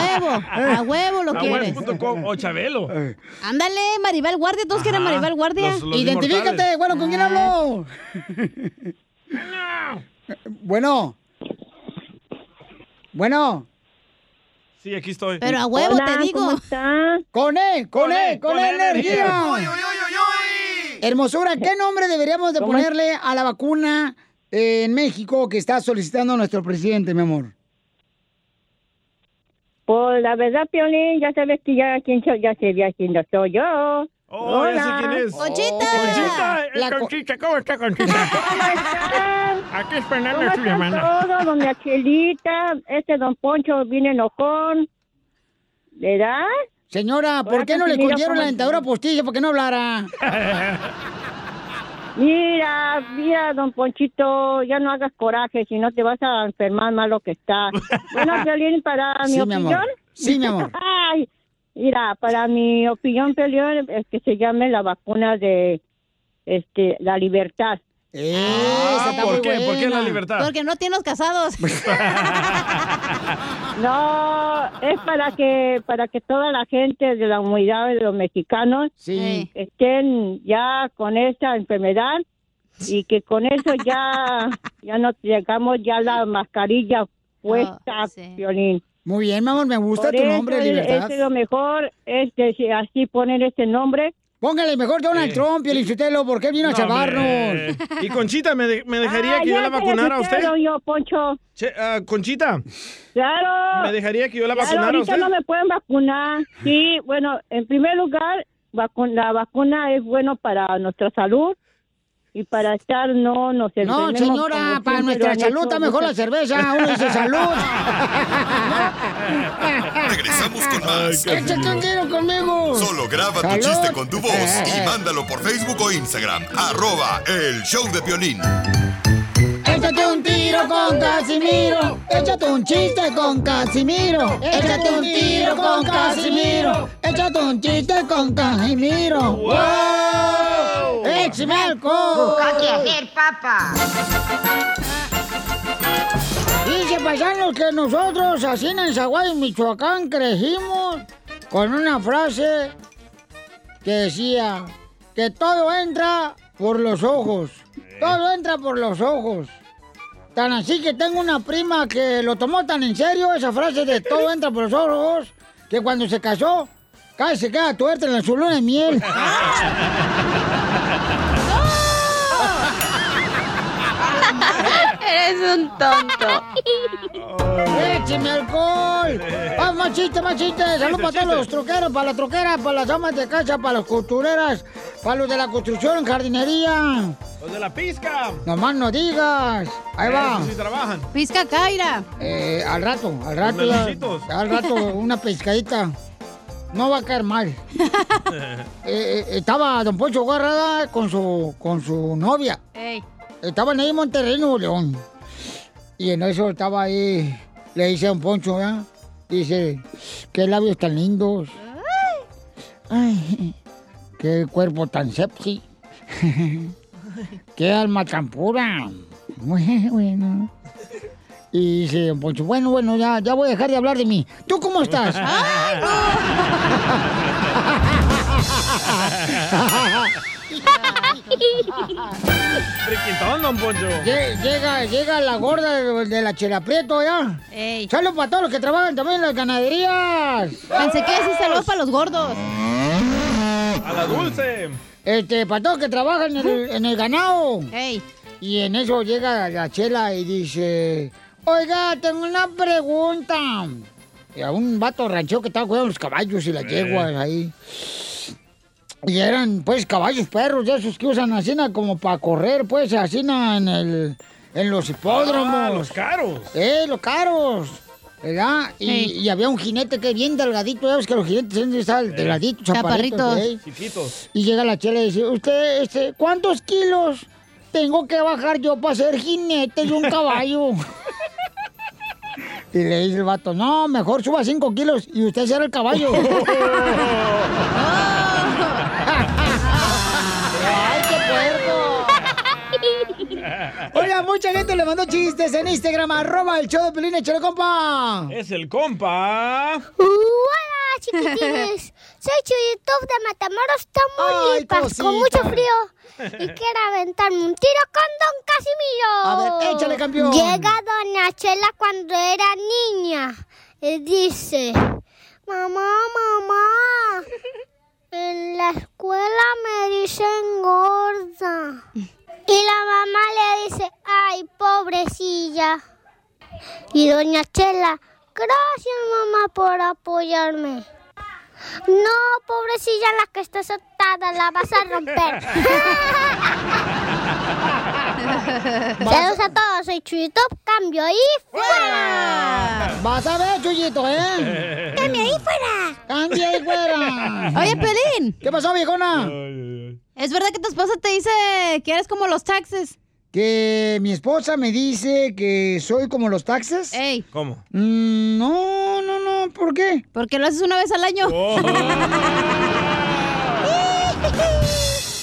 S3: A huevo, a huevo lo quieres.
S4: Abuel.com o Chabelo.
S1: Eh.
S3: Ándale, Maribel Guardia, todos quieren
S4: Ajá,
S3: Maribel Guardia.
S4: los- los Identifícate, inmortales.
S1: bueno, ¿con quién hablo? Bueno. Bueno.
S4: Sí, aquí estoy.
S1: ¿Cómo Con E, con E, con, E energía.
S4: Oy, oy,
S1: Hermosura, ¿qué nombre deberíamos de
S4: ¿Cómo?
S1: ponerle a la vacuna eh, en México que está solicitando nuestro presidente, mi amor?
S19: Pues la verdad, Piolín, ya sabes que ya quién soy, ya sé ya quién no soy yo.
S2: Oh, ya sé quién es.
S19: Conchita.
S2: Conchita, eh,
S19: La co-
S2: Conchita, ¿cómo está Conchita? Aquí es
S19: ¿Cómo
S2: Fernanda, su
S19: están
S2: hermana.
S19: todos? Don Achelita, este don Poncho viene enojón. ¿Verdad?
S1: Señora, ¿por
S19: Ahora
S1: qué no le
S19: Casimiro,
S1: cogieron
S19: ¿cómo
S1: la dentadura postilla para que pues, no hablara?
S19: Mira, mira, don Ponchito, ya no hagas coraje, si no te vas a enfermar más lo que está. Bueno, Piolín, para mi
S2: Sí, mi
S19: opinión.
S2: amor. Sí, mi amor.
S19: Ay, mira, para mi opinión, Piolín, es que se llame la vacuna de este, la libertad.
S1: Eh,
S3: Esa está
S19: Ah, ¿por
S3: muy
S19: qué? ¿Por qué la
S3: buena.
S19: libertad?
S3: Ah. Porque no tienes casados.
S19: No, es para que para que toda la gente de la humanidad de los mexicanos estén ya con esta enfermedad y que con eso ya ya no tengamos ya la mascarilla puesta, Piolín.
S1: Oh, Muy bien, mi amor, me gusta
S19: Por
S1: tu
S19: eso
S1: nombre,
S19: es-
S1: Libertad.
S19: es lo mejor, este, si así poner este nombre.
S1: Póngale mejor Donald Trump, Piolín Sotelo, porque él vino a
S4: No,
S1: salvarnos.
S4: hombre. Y Conchita, ¿me, de- me dejaría
S19: Ah,
S4: que yo
S19: ya
S4: la
S19: te
S4: vacunara a usted?
S19: escucharon yo, Poncho.
S4: Che, ah, Conchita.
S19: Claro.
S4: ¿Me dejaría que yo la
S19: Claro,
S4: vacunara a
S19: ahorita
S4: usted?
S19: no me pueden vacunar. Sí, bueno, en primer lugar, vacu- la vacuna es bueno para nuestra salud y para estar no nos
S1: No,
S19: enfermemos
S1: señora,
S19: como
S1: para
S19: siempre
S1: nuestra
S19: lo han
S1: salud
S19: hecho
S1: está mejor la
S19: muchas-
S1: cerveza. Uno dice salud.
S5: Regresamos con más.
S1: Échate un tiro conmigo.
S5: Solo graba tu
S1: Salud.
S5: chiste con tu voz y
S1: Eh,
S5: mándalo por Facebook o Instagram. Arroba el show de violín.
S1: Échate un tiro con Casimiro. Échate un chiste con Casimiro. Échate un tiro con Casimiro. Échate un chiste con Casimiro. ¡Wow! ¡Échame alcohol!
S2: Busca qué hacer,
S1: papa! Dice paisanos que nosotros, así en Zaguay, Michoacán, crecimos con una frase que decía que todo entra por los ojos. Todo entra por los ojos. Tan así que tengo una prima que lo tomó tan en serio esa frase de todo entra por los ojos que cuando se casó casi se queda tuerta en la su luna de miel.
S19: ¡Ah!
S2: Eres un tonto.
S1: ¡Écheme alcohol! ¡Ah, más chiste, más chiste! ¡Salud para todos los troqueros, para las troqueras, para las amas de casa, para las costureras, para los de la construcción, jardinería!
S4: Los de la pizca.
S1: ¡Nomás no digas! Ahí va.
S4: Esos sí trabajan.
S3: Pisca Kaira.
S1: Eh, al rato, al
S4: Los
S1: rato. ya-
S4: melecitos.
S1: al rato, una pescadita. No va a caer mal. Eh, eh, estaba Don Poncho Guarrada con su, con su novia.
S14: Eh,
S3: Ey.
S1: Estaban ahí en Monterrey, Nuevo León. Y en eso estaba ahí, le dice a Don Poncho, ¿verdad? Dice, qué labios tan lindos. Ay, qué cuerpo tan sepsi. qué alma tan pura. Muy bueno. Y dice Don Poncho, bueno, bueno, ya, ya voy a dejar de hablar de mí. ¿Tú cómo estás? ¡Ay,
S4: Friquitón, don Poncho.
S1: Lle- Llega, llega la gorda de, de la chelaprieto, ¿ya? Saludos para todos los que trabajan también en las ganaderías.
S3: Pensé que decís saludos para los gordos.
S4: A la dulce.
S1: Este, para todos que trabajan en el, en el ganado. Y en eso llega la chela y dice, oiga, tengo una pregunta. Y a un vato ranchero que estaba cuidando los caballos y las
S4: Eh.
S1: yeguas ahí. Y eran, pues, caballos perros de esos que usan así na, como para correr, pues, así na, en, el, en los hipódromos.
S4: Ah, los caros.
S1: Eh, los caros. ¿Verdad? Y,
S4: Sí.
S1: y había un jinete que bien delgadito, ya ves que los jinetes siempre están delgaditos, chaparritos. ¿eh?
S4: Eh. Chiquitos.
S1: Y llega la chela y dice, usted, este, ¿cuántos kilos tengo que bajar yo para ser jinete de un caballo? y le dice el vato, no, mejor suba 5 kilos y usted será el caballo. ¡Ay, qué puerco! Oiga, mucha gente le mandó chistes en Instagram, arroba el show de Pelín, échale compa.
S4: Es el compa.
S14: ¡Hola, chiquitines! Soy Chuyitub de Matamoros, Tamaulipas,
S2: Ay,
S14: con mucho
S2: cosita.
S14: frío. Y quiero aventarme un tiro con Don Casimiro.
S2: A ver, échale, campeón.
S14: Llega Doña Chela cuando era niña y dice... Mamá, mamá, en la escuela me dicen gorda. Y la mamá le dice, ay, pobrecilla. Y doña Chela, gracias mamá por apoyarme. No, pobrecilla, la que está atada, la vas a romper. Saludos a todos, soy Chuyito, cambio y fuera.
S1: Vas a ver, Chuyito,
S2: ¿eh?
S14: Cambio y fuera.
S1: ¡Cambia ahí, güera!
S3: Oye, Pelín.
S1: ¿Qué pasó, viejona?
S3: ¿Es verdad que tu esposa te dice que eres como los taxes?
S1: Que mi esposa me dice que soy como los taxes. Mm,
S3: Ey.
S4: ¿Cómo?
S1: No, no, no, ¿por qué?
S3: Porque lo haces una vez al año.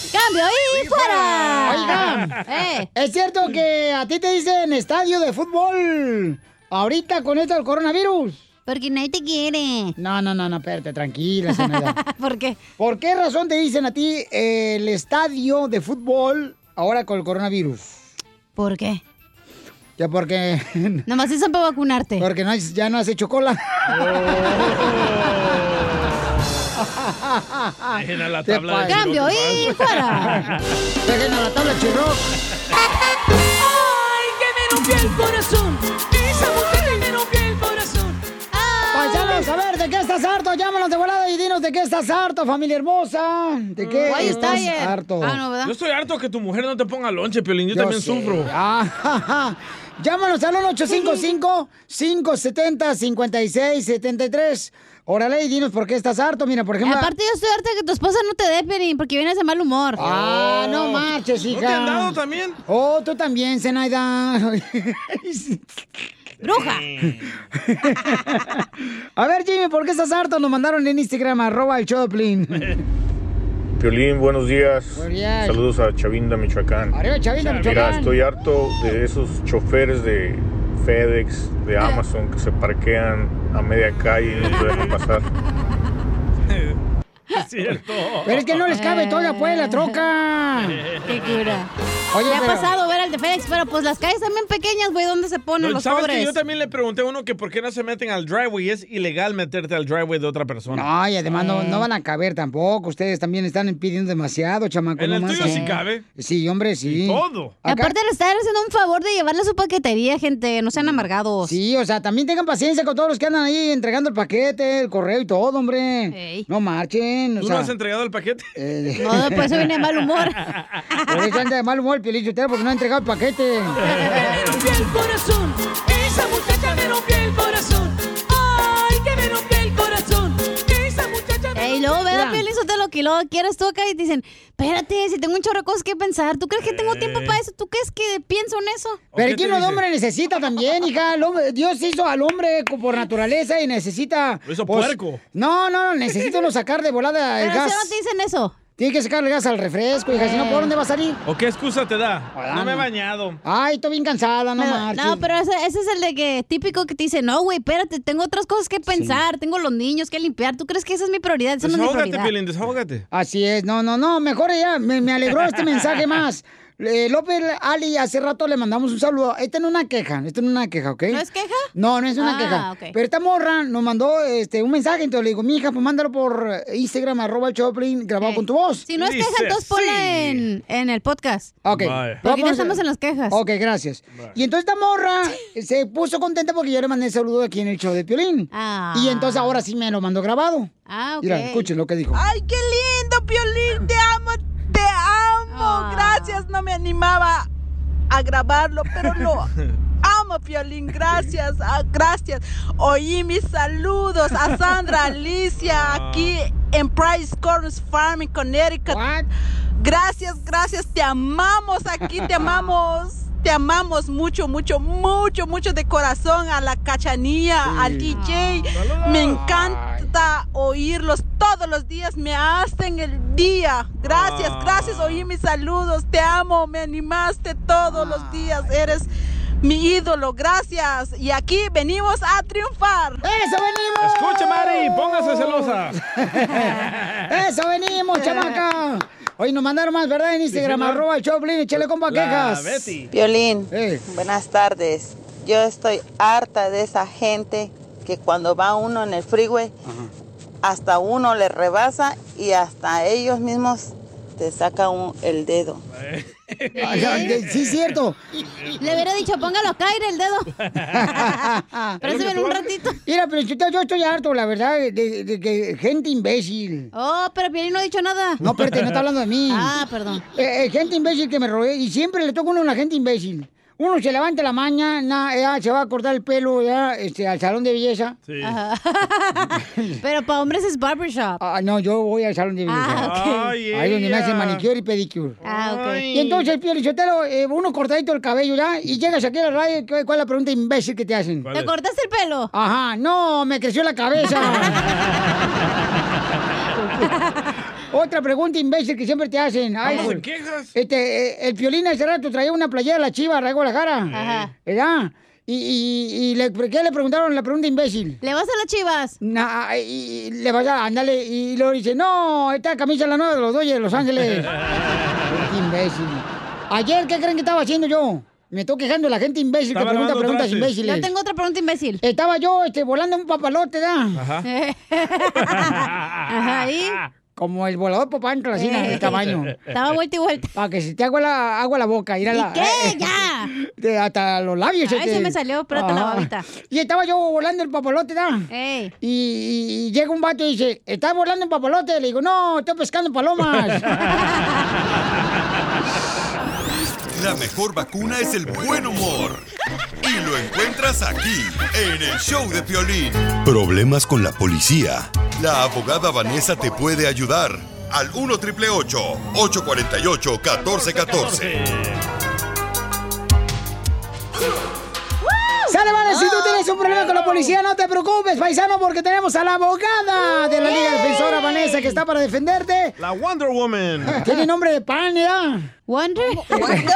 S3: ¡Cambio y fuera!
S1: Oigan,
S3: Eh.
S1: es cierto que a ti te dicen estadio de fútbol ahorita con esto del coronavirus.
S3: Porque nadie te quiere.
S1: No, no, no, no, espérate, tranquila, Zenaida.
S3: ¿Por qué?
S1: ¿Por qué razón te dicen a ti eh, el estadio de fútbol ahora con el coronavirus?
S3: ¿Por qué?
S1: Ya porque...
S3: Nomás eso para vacunarte.
S1: Porque no has- ya no hace chocolate.
S4: Dejen a la
S1: Te
S4: tabla de
S1: pasa.
S2: Cambio y fuera.
S1: Dejen a la tabla chirro.
S2: Ay, que me rompió el corazón. Esa mujer me rompió el corazón.
S1: Paisanos, a ver, ¿de qué estás harto? Llámanos de volada y dinos de qué estás harto, familia hermosa. ¿De qué
S4: Guay,
S1: estás
S4: Tiger.
S1: harto?
S3: Ah,
S4: Yo estoy harto que tu mujer no te ponga lonche, Piolín. Yo,
S1: Yo
S4: también
S1: sé.
S4: sufro.
S1: Ah, ja, ja. Llámanos al 1-855-570-5673. Órale, y dinos por qué estás harto. Mira, por ejemplo...
S3: Aparte, yo estoy harta que tu esposa no te dé, Pelín, porque vienes de mal humor.
S1: Ah, no marches, hija. también? Oh, tú también, Zenaida.
S3: ¡Bruja!
S1: A ver, Jimmy, ¿por qué estás harto? Nos mandaron en Instagram, arroba el Choplin.
S18: Piolín, buenos días.
S1: Buenos días.
S18: Saludos a Chavinda, Michoacán.
S1: Arriba, Chavinda, Michoacán.
S18: Mira, estoy harto de esos choferes de FedEx, de Amazon, que se parquean a media calle y no dejan pasar.
S4: es cierto.
S1: Pero es que no les cabe toda pues la troca.
S3: Qué cura.
S1: Oye,
S3: Oye, ha
S1: pero-
S3: pasado ver al de FedEx, pero pues las calles también pequeñas, güey, ¿dónde se ponen los
S4: ¿Sabes que
S3: pobres?
S4: yo también le pregunté a uno que por qué no se meten al driveway? Es ilegal meterte al driveway de otra persona.
S1: No, y además no,
S4: Ah.
S1: no van a caber tampoco. Ustedes también están pidiendo demasiado, chamaco.
S4: En
S1: no
S4: el tuyo
S1: marchen.
S4: sí cabe.
S1: Sí, hombre, sí.
S4: todo.
S3: Y Aparte le están haciendo un favor de llevarle su paquetería, gente, no sean amargados.
S1: Sí, o sea, también tengan paciencia con todos los que andan ahí entregando el paquete, el correo y todo, hombre. No marchen. O
S4: ¿Tú
S1: sea, eh,
S4: no has entregado el paquete?
S1: No, por eso viene de mal humor. Por eso anda de mal humor el Piolín Sotelo, porque no ha entregado el paquete.
S2: Me rompió el corazón, esa muchacha me rompió el corazón. Ay, que me rompió el corazón, esa muchacha me
S3: Y luego ve a
S2: Mira.
S3: Piolín Sotelo que luego quieres tú acá y te dicen, espérate, si tengo un chorro de cosas que pensar, ¿tú crees que tengo tiempo para eso? ¿Tú crees que pienso en eso?
S1: Pero ¿quién el hombre necesita también, hija? El hombre- Dios hizo al hombre co- por naturaleza y necesita... pues,
S3: Lo hizo puerco.
S1: No, no, no, necesita uno sacar de volada el
S3: Pero
S1: gas.
S3: si no te dicen eso.
S1: Tiene que sacar el gas al refresco, hija, si no, ¿por dónde va a salir?
S4: ¿O qué excusa te da? no me he
S1: no.
S4: bañado.
S1: Ay, estoy bien cansada, no
S3: Pero-
S1: marches.
S3: no, pero ese, ese es el de que típico que te dice, no, güey, espérate, tengo otras cosas que pensar, tengo los niños que limpiar, ¿tú crees que esa es mi prioridad? Esa no es mi
S4: Desahógate,
S3: prioridad.
S4: Pues Piolín, desahógate.
S1: Así es, no, no, no, mejor ya, me, me alegró este mensaje más. Eh, López Ali, hace rato le mandamos un saludo. Esta no es una queja, esta no es una queja, ¿ok? ¿No
S3: es queja?
S1: No, no es una
S3: Ah,
S1: queja.
S3: ok.
S1: Pero esta morra nos mandó este, un mensaje, entonces le digo, mija, pues mándalo por eh, Instagram, arroba el Choplin, grabado con tu voz.
S3: Eh, Si no es queja, entonces ponla en, en el podcast.
S1: Ok.
S3: Porque ya
S1: Vamos a-
S3: estamos en las quejas.
S1: Ok, gracias. Y entonces esta morra se puso contenta porque yo le mandé el saludo aquí en el show de Piolín. Y entonces ahora sí me lo mandó grabado.
S3: Ah, ok.
S1: Mira, escuchen lo que dijo.
S22: Ay, qué lindo, Piolín, te amo, te
S3: Ah.
S22: amo. Gracias, no me animaba a grabarlo, pero lo amo, Piolín, gracias, ah, gracias. Oí mis saludos a Sandra Alicia aquí en Price Corners Farm en Connecticut. Gracias, gracias, te amamos aquí, te amamos. Te amamos mucho, mucho, mucho, mucho de corazón a la cachanilla, al
S4: Ah,
S22: DJ. Me encanta oírlos todos los días, me hacen el día. Gracias,
S4: Ah.
S22: gracias, oí mis saludos, te amo, me animaste todos los días, eres mi ídolo, gracias. Y aquí venimos a triunfar.
S1: ¡Eso venimos!
S4: Escucha, Mari, póngase celosa.
S1: Oh. Eso venimos, chamaca. Hoy nos mandaron más, ¿verdad? En Instagram,
S22: señor.
S1: arroba el Choplin, échale compa quejas.
S22: Violín, buenas tardes. Yo estoy harta de esa gente que cuando va uno en el freeway, hasta uno le rebasa y hasta ellos mismos te sacan un- el dedo.
S1: Sí, es cierto.
S3: Le hubiera dicho, póngalo acá, aire el dedo. Ah, Préstame un ratito.
S1: Mira, pero yo, yo estoy harto, la verdad, de, de que gente imbécil.
S3: Oh, pero Piolín no ha dicho nada.
S1: No, espérate, no está hablando de mí.
S3: Ah, perdón.
S1: Eh, eh, gente imbécil que me rodea y siempre le toca uno a una gente imbécil. Uno se levanta la mañana, ya, se va a cortar el pelo ya, este, al salón de belleza.
S3: Sí. Pero para hombres es barbershop.
S1: Ah, no, yo voy al salón de belleza.
S3: Ah, ok. Ay,
S1: Ahí donde me
S3: ella.
S1: hacen manicure y pedicure.
S3: Ah, ok. Ay.
S1: Y entonces, Pio Lichotero, uno cortadito el cabello ya, y llegas aquí a la radio, ¿cu- ¿cuál es la pregunta imbécil que te hacen?
S3: ¿Te cortaste el pelo?
S1: Ajá, no, me creció la cabeza. Otra pregunta imbécil que siempre te hacen. Ay,
S2: Vamos
S1: güey.
S2: en quejas.
S1: Este, eh, el piolín hace rato traía una playera de la chiva, Rago la cara.
S2: Ajá.
S1: ¿Verdad? Y, y, y le, ¿qué le preguntaron la pregunta imbécil?
S3: ¿Le vas a las chivas?
S1: y, y le vas a, andale, y luego dice, no, esta camisa es la nueva de los Dodgers de Los Ángeles. Qué imbécil. Ayer, ¿qué creen que estaba haciendo yo? Me estoy quejando de la gente imbécil que
S3: Estaba
S1: pregunta
S3: lavando
S1: preguntas
S3: trastes.
S1: imbéciles.
S3: Yo tengo otra pregunta imbécil.
S1: Estaba yo este, volando un papalote, ¿da?
S3: Ajá. Ajá, ahí.
S1: Como el volador popantro, así,
S3: Eh.
S1: el tamaño.
S3: Estaba vuelta y vuelta.
S1: Para que se te haga la, agua la boca. Ir a
S3: ¿Y
S1: la, eh,
S3: qué? ¡Ya!
S1: de- hasta los labios. este.
S3: Ay, se me salió, espérate, la babita.
S1: Y estaba yo volando el papalote, ¿da? Y, y- y llega un vato y dice, ¿estás volando el papalote? Le digo, no, estoy pescando palomas.
S5: La mejor vacuna es el buen humor. Y lo encuentras aquí, en el show de Piolín. Problemas con la policía. La abogada Vanessa te puede ayudar. Al 1 triple 848 1414.
S1: Sale, vale, si tú tienes un problema con la policía, no te preocupes, paisano, porque tenemos a la abogada de la Liga
S4: ¡Yay!
S1: Defensora, Vanessa, que está para defenderte.
S4: La Wonder Woman.
S1: Tiene nombre de pan, ¿ya?
S3: ¿Wonder?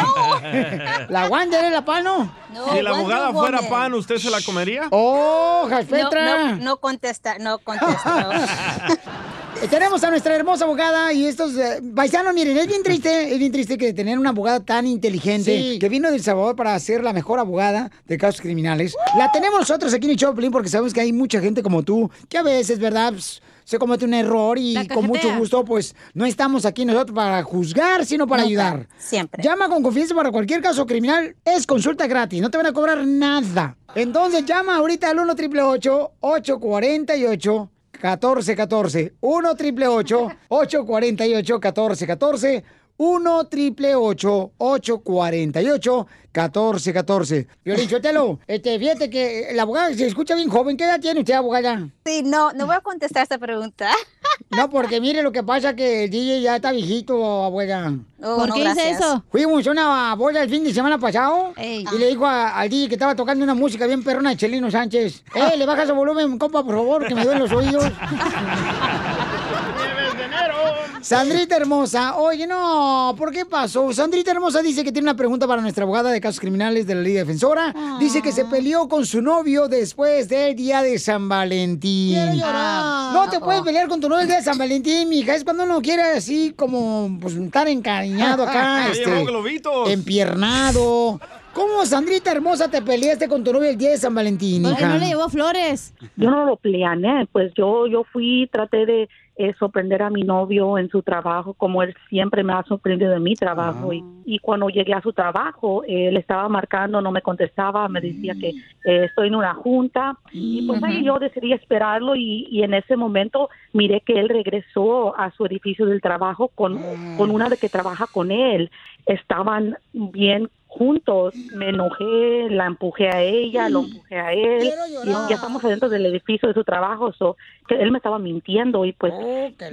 S1: La Wander es la pan, ¿no?
S4: si la abogada
S20: Wonder
S4: fuera
S20: Woman.
S4: pan, ¿usted se la comería?
S1: ¡Oh,
S20: No,
S1: Petra.
S20: no, no contesta, no contesta.
S1: Eh, Tenemos a nuestra hermosa abogada y estos eh, paisanos, miren, es bien triste, es bien triste que tener una abogada tan inteligente
S24: Sí.
S1: que vino del Salvador para ser la mejor abogada de casos criminales. La tenemos nosotros aquí en el Choplin porque sabemos que hay mucha gente como tú que a veces, ¿verdad? Pues, se comete un error y
S23: La
S1: con mucho
S23: cajetea.
S1: gusto, pues no estamos aquí nosotros para juzgar, sino para
S23: Nunca,
S1: ayudar.
S23: siempre.
S1: Llama con confianza para cualquier caso criminal, es consulta gratis, no te van a cobrar nada. Entonces llama ahorita al 1 888 848 1414 1 triple 848 1414 1 triple 848 1414 Violín Chotelo, este, fíjate que la abogada se escucha bien joven. ¿Qué edad tiene usted, abogada?
S23: Sí, no, no voy a contestar esta pregunta.
S1: No, porque mire lo que pasa que el DJ ya está viejito, abuela.
S23: Oh, ¿Por no, qué hice gracias. eso?
S1: Fuimos a una boda el fin de semana pasado y le dijo a- al DJ que estaba tocando una música bien perrona de Chelino Sánchez. Eh, le bajas el volumen, compa, por favor, que me duelen los oídos. Sandrita Hermosa, oye, no, ¿por qué pasó? Sandrita Hermosa dice que tiene una pregunta para nuestra abogada de casos criminales de la Liga Defensora. Dice
S25: Ah.
S1: que se peleó con su novio después del día de San Valentín. Ah, No
S25: Ah,
S1: te
S25: oh.
S1: puedes pelear con tu novio el día de San Valentín, mija. Es cuando uno quiere así como pues, estar encariñado acá,
S2: Ahí llevó
S1: este, empiernado. ¿Cómo, Sandrita Hermosa, te peleaste con tu novio el día de San Valentín,
S25: Porque
S1: hija?
S25: no le llevó flores.
S26: Yo no lo planeé, pues yo yo fui, traté de eh, sorprender a mi novio en su trabajo, como él siempre me ha sorprendido en mi trabajo.
S1: Ah.
S26: Y, y cuando llegué a su trabajo, él estaba marcando, no me contestaba, me decía que eh, estoy en una junta. Y pues ahí yo decidí esperarlo y, y en ese momento miré que él regresó a su edificio del trabajo con, con una de que trabaja con él. Estaban bien juntos, me enojé, la empujé a ella, lo empujé a él, y ya estamos adentro del edificio de su trabajo, so, que él me estaba mintiendo y pues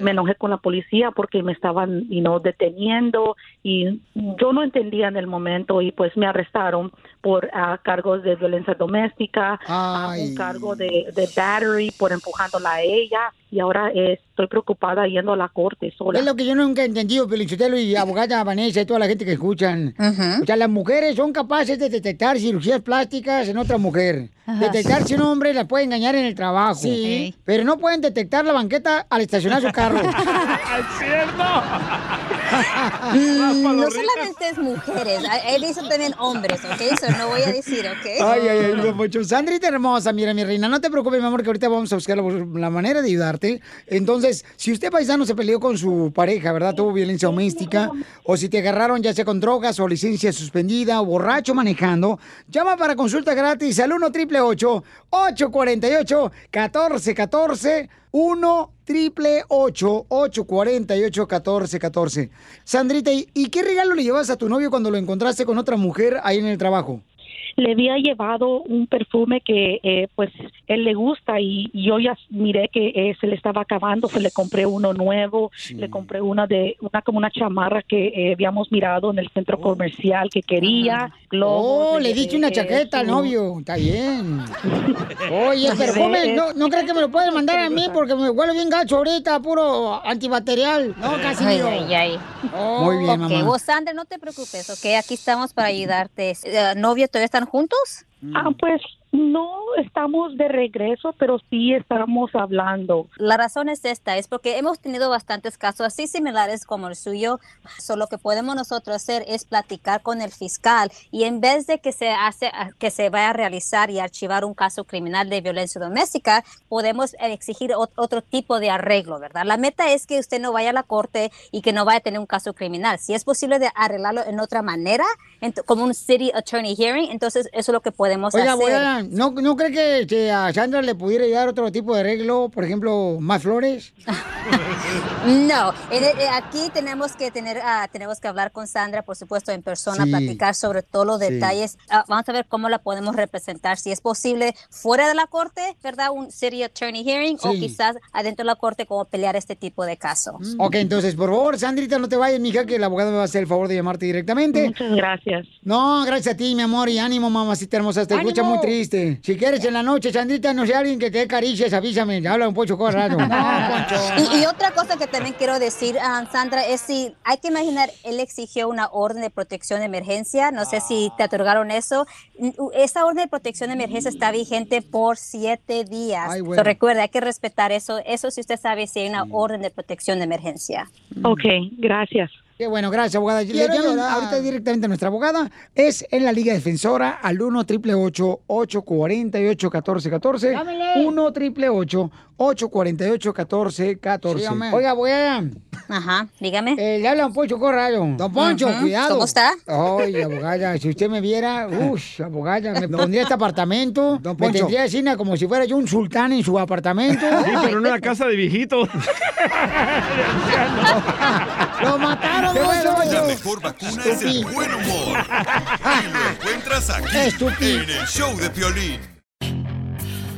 S26: me enojé con la policía porque me estaban you know, deteniendo y yo no entendía en el momento y pues me arrestaron por ah, cargos de violencia doméstica, ah, un cargo de, de battery por empujándola a ella y ahora eh, estoy preocupada yendo a la corte sola.
S1: Es lo que yo nunca he entendido, Pelichotelo y abogada Vanessa y toda la gente que escuchan. O sea, las mujeres son capaces de detectar cirugías plásticas en otra mujer.
S24: Ajá.
S1: Detectar si un hombre la puede engañar en el trabajo.
S24: Sí.
S1: Pero no pueden detectar la banqueta al estacionar su carro.
S2: ¡Es cierto!
S23: No solamente es mujeres, a- él hizo también hombres, ¿ok? Eso no voy a decir, ¿ok?
S1: Ay, ay, ay, don Poncho. Sandrita hermosa, mira, mi reina, no te preocupes, mi amor, que ahorita vamos a buscar la, la manera de ayudarte. Entonces, si usted paisano se peleó con su pareja, ¿verdad? Tuvo violencia doméstica, o si te agarraron ya sea con drogas o licencia suspendida o borracho manejando, llama para consulta gratis al 1 triple 848 1414 1 triple 848 1414 Sandrita, ¿y y qué regalo le llevas a tu novio cuando lo encontraste con otra mujer ahí en el trabajo?
S26: le había llevado un perfume que eh, pues él le gusta y, y yo ya miré que eh, se le estaba acabando, se le compré uno nuevo, le compré una de una como una chamarra que eh, habíamos mirado en el centro comercial que quería. globos,
S1: Oh, le diste una
S26: eh,
S1: chaqueta al
S26: su-
S1: novio. Está bien. Oye,
S26: Sí.
S1: perfume, no, no crees que me lo pueden mandar a mí porque me huele bien gacho ahorita, puro antibacterial. No, Oh, casi
S23: Ay,
S1: yo.
S23: ay, ay.
S1: Muy bien,
S23: Ok,
S1: mamá.
S23: vos, Sandra, no te preocupes, ¿ok? Aquí estamos para ayudarte. Eh, ¿Novio, todavía están juntos?
S26: Ah, pues no estamos de regreso, pero sí estamos hablando.
S23: La razón es esta, es porque hemos tenido bastantes casos así similares como el suyo. So, lo que podemos nosotros hacer es platicar con el fiscal y en vez de que se hace ah, que se vaya a realizar y archivar un caso criminal de violencia doméstica, podemos eh, exigir ot- otro tipo de arreglo, ¿verdad? La meta es que usted no vaya a la corte y que no vaya a tener un caso criminal. Si es posible de arreglarlo en otra manera, ent- como un city attorney hearing, entonces eso es lo que podemos hacer.
S1: Oiga, abuela, ¿no, ¿no cree que, que a Sandra le pudiera llegar otro tipo de arreglo? Por ejemplo, más flores.
S23: No, en- en- aquí tenemos que tener, ah, tenemos que hablar con Sandra, por supuesto, en persona,
S27: Sí.
S23: platicar sobre todos los
S27: Sí.
S23: detalles. Ah, vamos a ver cómo la podemos representar, si es posible fuera de la corte, ¿verdad? Un city attorney hearing o
S1: Sí.
S23: quizás adentro de la corte cómo pelear este tipo de caso.
S1: Ok, entonces, por favor, Sandrita, no te vayas, mija, que el abogado me va a hacer el favor de llamarte directamente.
S26: Muchas gracias.
S1: No, gracias a ti, mi amor, y ánimo, mamacita hermosa. cosas, te escucha ¡Ánimo! muy triste. Si quieres en la noche, Sandrita, no sé, alguien que te dé caricias, avísame. Habla un pocho con raro.
S23: Y, y otra cosa que también quiero decir, ah, Sandra, es si hay que imaginar, él exigió una orden de protección de emergencia, no sé si
S11: Ah.
S23: te otorgaron eso. N- u- Esa orden de protección de emergencia está vigente por siete días.
S11: Ay,
S23: Pero
S11: bueno.
S23: recuerda, hay que respetar eso, eso si usted sabe si hay una orden de protección de emergencia.
S20: Ok, gracias.
S1: Qué bueno, gracias, abogada. Le
S23: Quiero
S1: llaman
S23: llorar.
S1: ahorita directamente a nuestra abogada. Es en la Liga Defensora al 1 888 848 1414 1 888 848 1414
S23: Sí, amén.
S1: Oiga, abogada.
S23: Ajá, dígame.
S11: Eh,
S1: le habla un
S11: pues,
S1: Poncho Corrado. Don Poncho,
S23: Ujú.
S1: cuidado.
S23: ¿Cómo está?
S1: Ay, abogada, si usted me viera, uff, abogada, me pondría este apartamento. Don Me
S4: Poncho.
S1: tendría así, na, como si fuera yo un sultán en su apartamento.
S4: Sí, pero en una casa de viejitos.
S1: ¡Lo mataron,
S2: Qué bueno,
S1: Poncho!
S5: La mejor vacuna es el buen humor. Y lo encuentras aquí,
S24: Estúpido.
S5: en el show de Piolín.